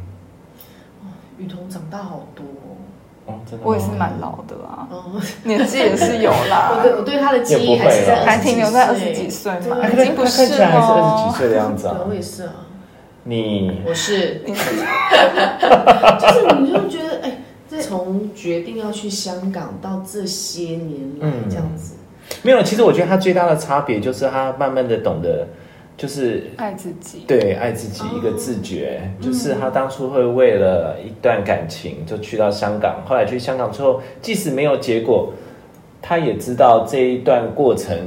S2: 雨桐长大好多哦、
S1: 哦，真的吗，
S3: 我也是蛮老的啊，
S2: 哦，
S3: 年纪也是有 啦。
S2: 我对我对他的记忆还是在
S1: 也不会啦
S3: 还停留在二十几
S2: 几岁
S3: 岁嘛，
S2: 对
S1: 他
S3: 已
S1: 看
S3: 经
S1: 他
S3: 不
S1: 看
S3: 是
S1: 起来还是二十
S3: 哦
S1: 几。岁的样子
S2: 对
S1: 啊
S2: 啊，我，也是啊，
S1: 你
S2: 我是
S3: 你是
S2: 就是你就觉得哎，从决定要去香港到这些年来
S1: 嗯
S2: 这样子，
S1: 没有，其实我觉得他最大的差别就是他慢慢的懂得，就是
S3: 爱自己，
S1: 对爱自己一个自觉，就是他当初会为了一段感情就去到香港，后来去香港之后，即使没有结果，他也知道这一段过程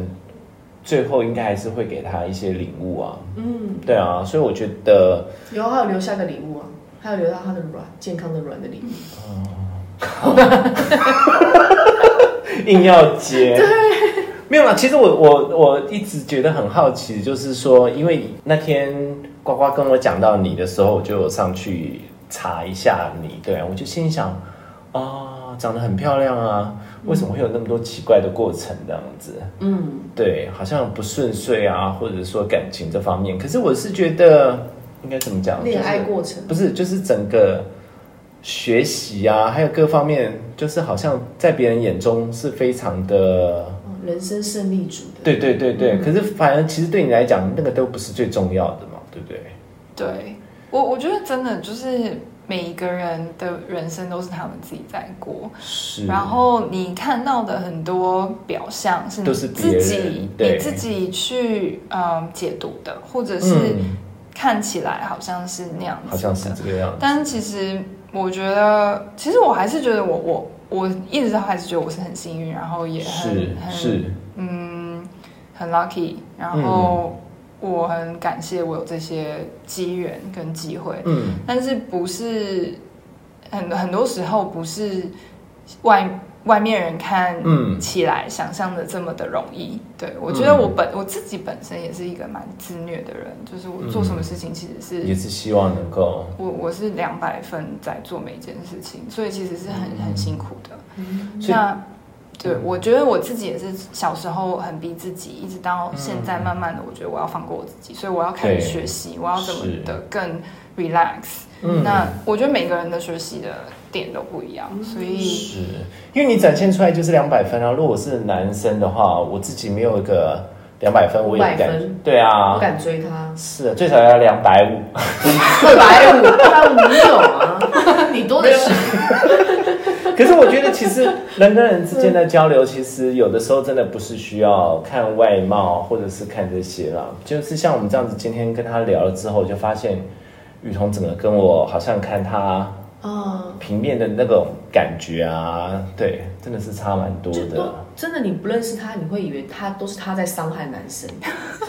S1: 最后应该还是会给他一些领悟啊。
S2: 嗯，
S1: 对啊，所以我觉得
S2: 然后还有留下个礼物啊，还有留到他的卵健康的卵的礼物，
S1: 硬要 接。没有啦，其实我我我一直觉得很好奇，就是说，因为那天呱呱跟我讲到你的时候，我就有上去查一下你，对、啊，我就心里想，哦，长得很漂亮啊，为什么会有那么多奇怪的过程这样子？
S2: 嗯，
S1: 对，好像不顺遂啊，或者说感情这方面，可是我是觉得应该怎么讲？
S2: 恋爱
S1: 就是
S2: 过程，
S1: 不是，就是整个学习啊，还有各方面，就是好像在别人眼中是非常的，
S2: 哦人生胜利组的，
S1: 对对对对。可是反而其实对你来讲，那个都不是最重要的嘛，对不对？
S3: 对我我觉得真的就是每一个人的人生都是他们自己在过，
S1: 是
S3: 然后你看到的很多表象是你
S1: 都是别
S3: 自
S1: 人
S3: 己
S1: 对
S3: 你自己去嗯解读的，或者是
S1: 嗯，
S3: 看起来好像是那样子的，
S1: 好像是这个样子。
S3: 但其实我觉得，其实我还是觉得我我我一直都还是觉得我是很幸运，然后也
S1: 是
S3: 很很
S1: 是，嗯
S3: 嗯很 lucky，然后我很感谢我有这些机缘跟机会，
S1: 嗯
S3: 但是不是很很多时候不是外外面人看
S1: 嗯
S3: 起来想象的这么的容易。对我觉得我本、我自己本身也是一个蛮自虐的人，就是我做什么事情其实是、
S1: 也是希望能够
S3: 我我是两百分在做每一件事情，所以其实是很很辛苦的。
S1: 嗯所以嗯
S3: 那对，我觉得我自己也是小时候很逼自己，一直到现在，慢慢的，我觉得我要放过我自己，所以我要开始
S1: 嗯对
S3: 学习，我要怎么
S1: 是
S3: 的更 relax。
S1: 嗯
S3: 那我觉得每个人的学习的点都不一样，所以
S1: 是因为你展现出来就是两百分啊。如果我是男生的话，我自己没有一个两百分，我也不
S2: 500
S1: 敢
S2: 分。
S1: 对
S2: 不
S1: 啊，
S2: 敢追他，
S1: 是啊最少要两百五。
S2: 二百五，二百五你有啊， 你多的是，
S1: 可是我觉得，其实人跟人之间的交流，其实有的时候真的不是需要看外貌，或者是看这些啦。就是像我们这样子，今天跟他聊了之后，我就发现雨桐整个跟我好像看他
S2: 啊，
S1: 平面的那种感觉啊，对，真的是差蛮多
S2: 就都
S1: 的。
S2: 真的你不认识他，你会以为他都是他在伤害男生，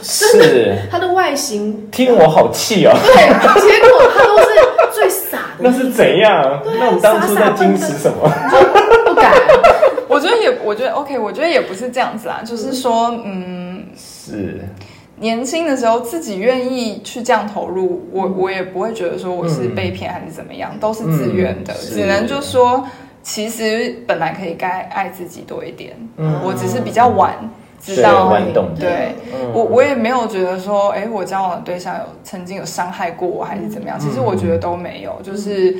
S1: 是，
S2: 他的外形，
S1: 听我好气哦、
S2: 对，结果他都是最傻的，
S1: 那是怎样？
S2: 对啊
S1: 那我们当初在矜持什么？
S2: 不 敢，
S3: 我觉得也，我觉得 OK，我觉得也不是这样子啦，就是说，嗯，
S1: 是，
S3: 年轻的时候自己愿意去这样投入，我我也不会觉得说我是被骗还是怎么样，都是自愿的，
S1: 嗯是
S3: 只能就说其实本来可以该爱自己多一点，
S1: 嗯
S3: 我只是比较晚知道
S1: 对
S3: 你
S1: 玩懂的
S3: 对。我我也没有觉得说，哎、我交往的对象有曾经有伤害过我，还是怎么样？其实我觉得都没有，就是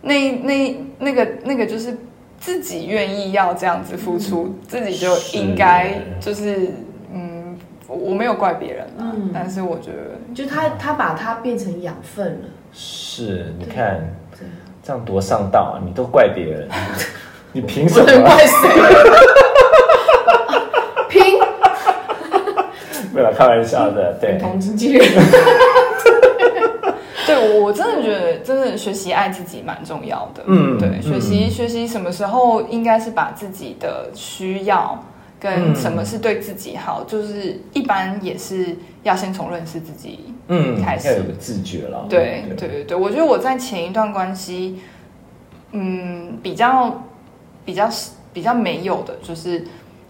S3: 那那那个那个就是自己愿意要这样子付出，自己就应该就是嗯，我我没有怪别人啦，
S2: 嗯
S3: 但是我觉得
S2: 就他他把它变成养分了，
S1: 是，你看
S2: 对
S1: 这样多上道啊！你都怪别 人，你凭什
S2: 能
S1: 么？
S2: 怪谁？拼
S1: 没有啦，开玩笑 的，对，
S2: 同经纪人，
S3: 对我我真的觉得真的学习爱自己蛮重要的，
S1: 嗯
S3: 对，
S1: 嗯
S3: 学习学习什么时候应该是把自己的需要。跟
S1: 嗯
S3: 什么是对自己好，就是一般也是要先从认识自己
S1: 嗯，
S3: 开始
S1: 要有个自觉了。嗯
S3: 对对对对，我觉得我在前一段关系，嗯，比较比较比较没有的，就是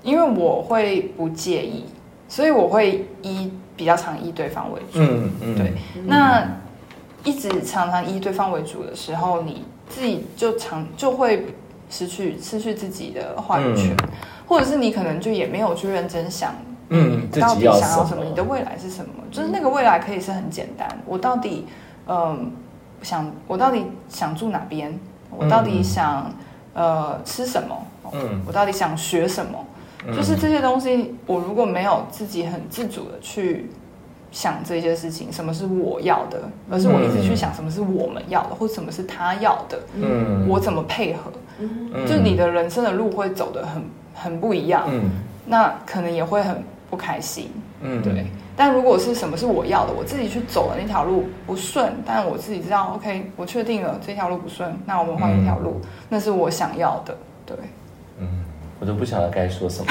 S3: 因为我会不介意，所以我会依比较常以对方为主。
S1: 嗯嗯，
S3: 对，那一直常常以对方为主的时候，你自己就常就会失去失去自己的话语权，或者是你可能就也没有去认真想
S1: 嗯，自
S3: 到
S1: 己
S3: 底
S1: 要
S3: 想要
S1: 什
S3: 什么？你的未来是什么？就是那个未来可以是很简单，我到底嗯想我到底想住哪边？我到底想、呃吃什么？
S1: 嗯
S3: 我到底想学什么？就是这些东西，我如果没有自己很自主的去想这些事情，什么是我要的，而是我一直去想什么是我们要的，或什么是他要的，
S1: 嗯，
S3: 我怎么配合？
S1: 嗯
S3: 就你的人生的路会走得很很不一样，
S1: 嗯
S3: 那可能也会很不开心。
S1: 嗯
S3: 对，但如果是什么是我要的，我自己去走的那条路不顺，但我自己知道，OK，我确定了这条路不顺，那我们换一
S1: 嗯
S3: 条路，那是我想要的。对，
S1: 我都不晓得该说什么。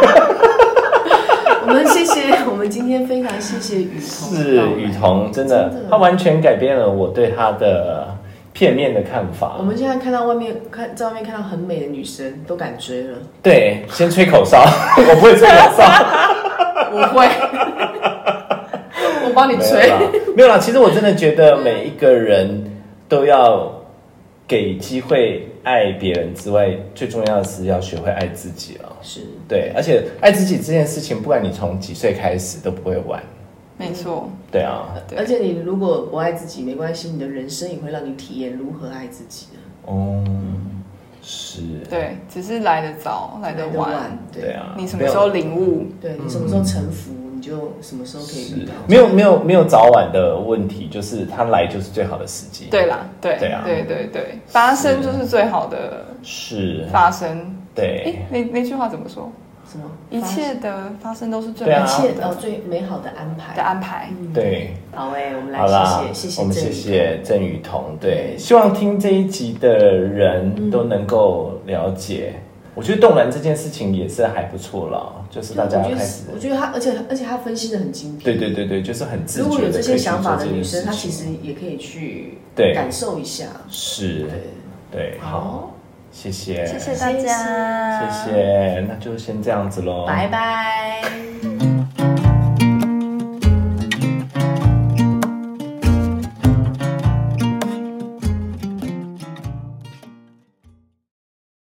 S2: 我们谢谢，我们今天非常谢谢雨桐的到
S1: 是
S2: 来，
S1: 雨桐，真的，
S2: 真的
S1: 他完全改变了我对他的片面的看法
S2: 我。们现在看到外面看在外面看到很美的女生都敢追了，
S1: 对，先吹口哨， 我不会吹口哨，
S2: 我 会，我帮你
S1: 没有
S2: 吹
S1: 啦。，没有啦。其实我真的觉得每一个人都要给机会爱别人之外，最重要的是要学会爱自己了。
S2: 是，
S1: 对，而且爱自己这件事情，不管你从几岁开始都不会晚。
S3: 没错，
S1: 对啊，
S3: 对
S2: 而且你如果不爱自己没关系，你的人生也会让你体验如何爱自己的。
S1: 哦、是，
S3: 对，只是来得早，来得晚。
S1: 对
S2: 对
S1: 啊。
S3: 你什么时候领悟？
S2: 对你什么时候臣服，你就什么时候可以遇到。
S1: 嗯没有没有没有早晚的问题，就是他来就是最好的时机。
S3: 对啦，对，
S1: 对啊
S3: 对对对，发生就是最好的
S1: 是，
S3: 发生。哎
S1: 对，，
S3: 那那句话怎么说？
S2: 什么
S3: 一切的发生都是最
S1: 对啊
S2: 一
S3: 好
S2: 切
S3: 的
S2: 哦最美好的安排。
S3: 的安排。
S1: 对，
S2: 好哎，我们
S1: 好啦
S2: 来，谢谢谢谢
S1: 我们
S2: 郑
S1: 谢
S2: 宇
S1: 谢郑雨桐。对，希望听这一集的人都能够了解。我觉得动然这件事情也是还不错啦，就是大家
S2: 我觉
S1: 开
S2: 得
S1: 始，
S2: 我觉得他，而且而且他分析的很精辟。
S1: 对对对对，就是很自
S2: 如果
S1: 觉
S2: 有
S1: 的
S2: 这些想法的女生，她
S1: 她
S2: 其实也可以去
S1: 对
S2: 感受一下。
S1: 是，对，好，，谢谢，
S3: 谢谢大家，
S1: 谢谢，那就先这样子喽，
S2: 拜拜，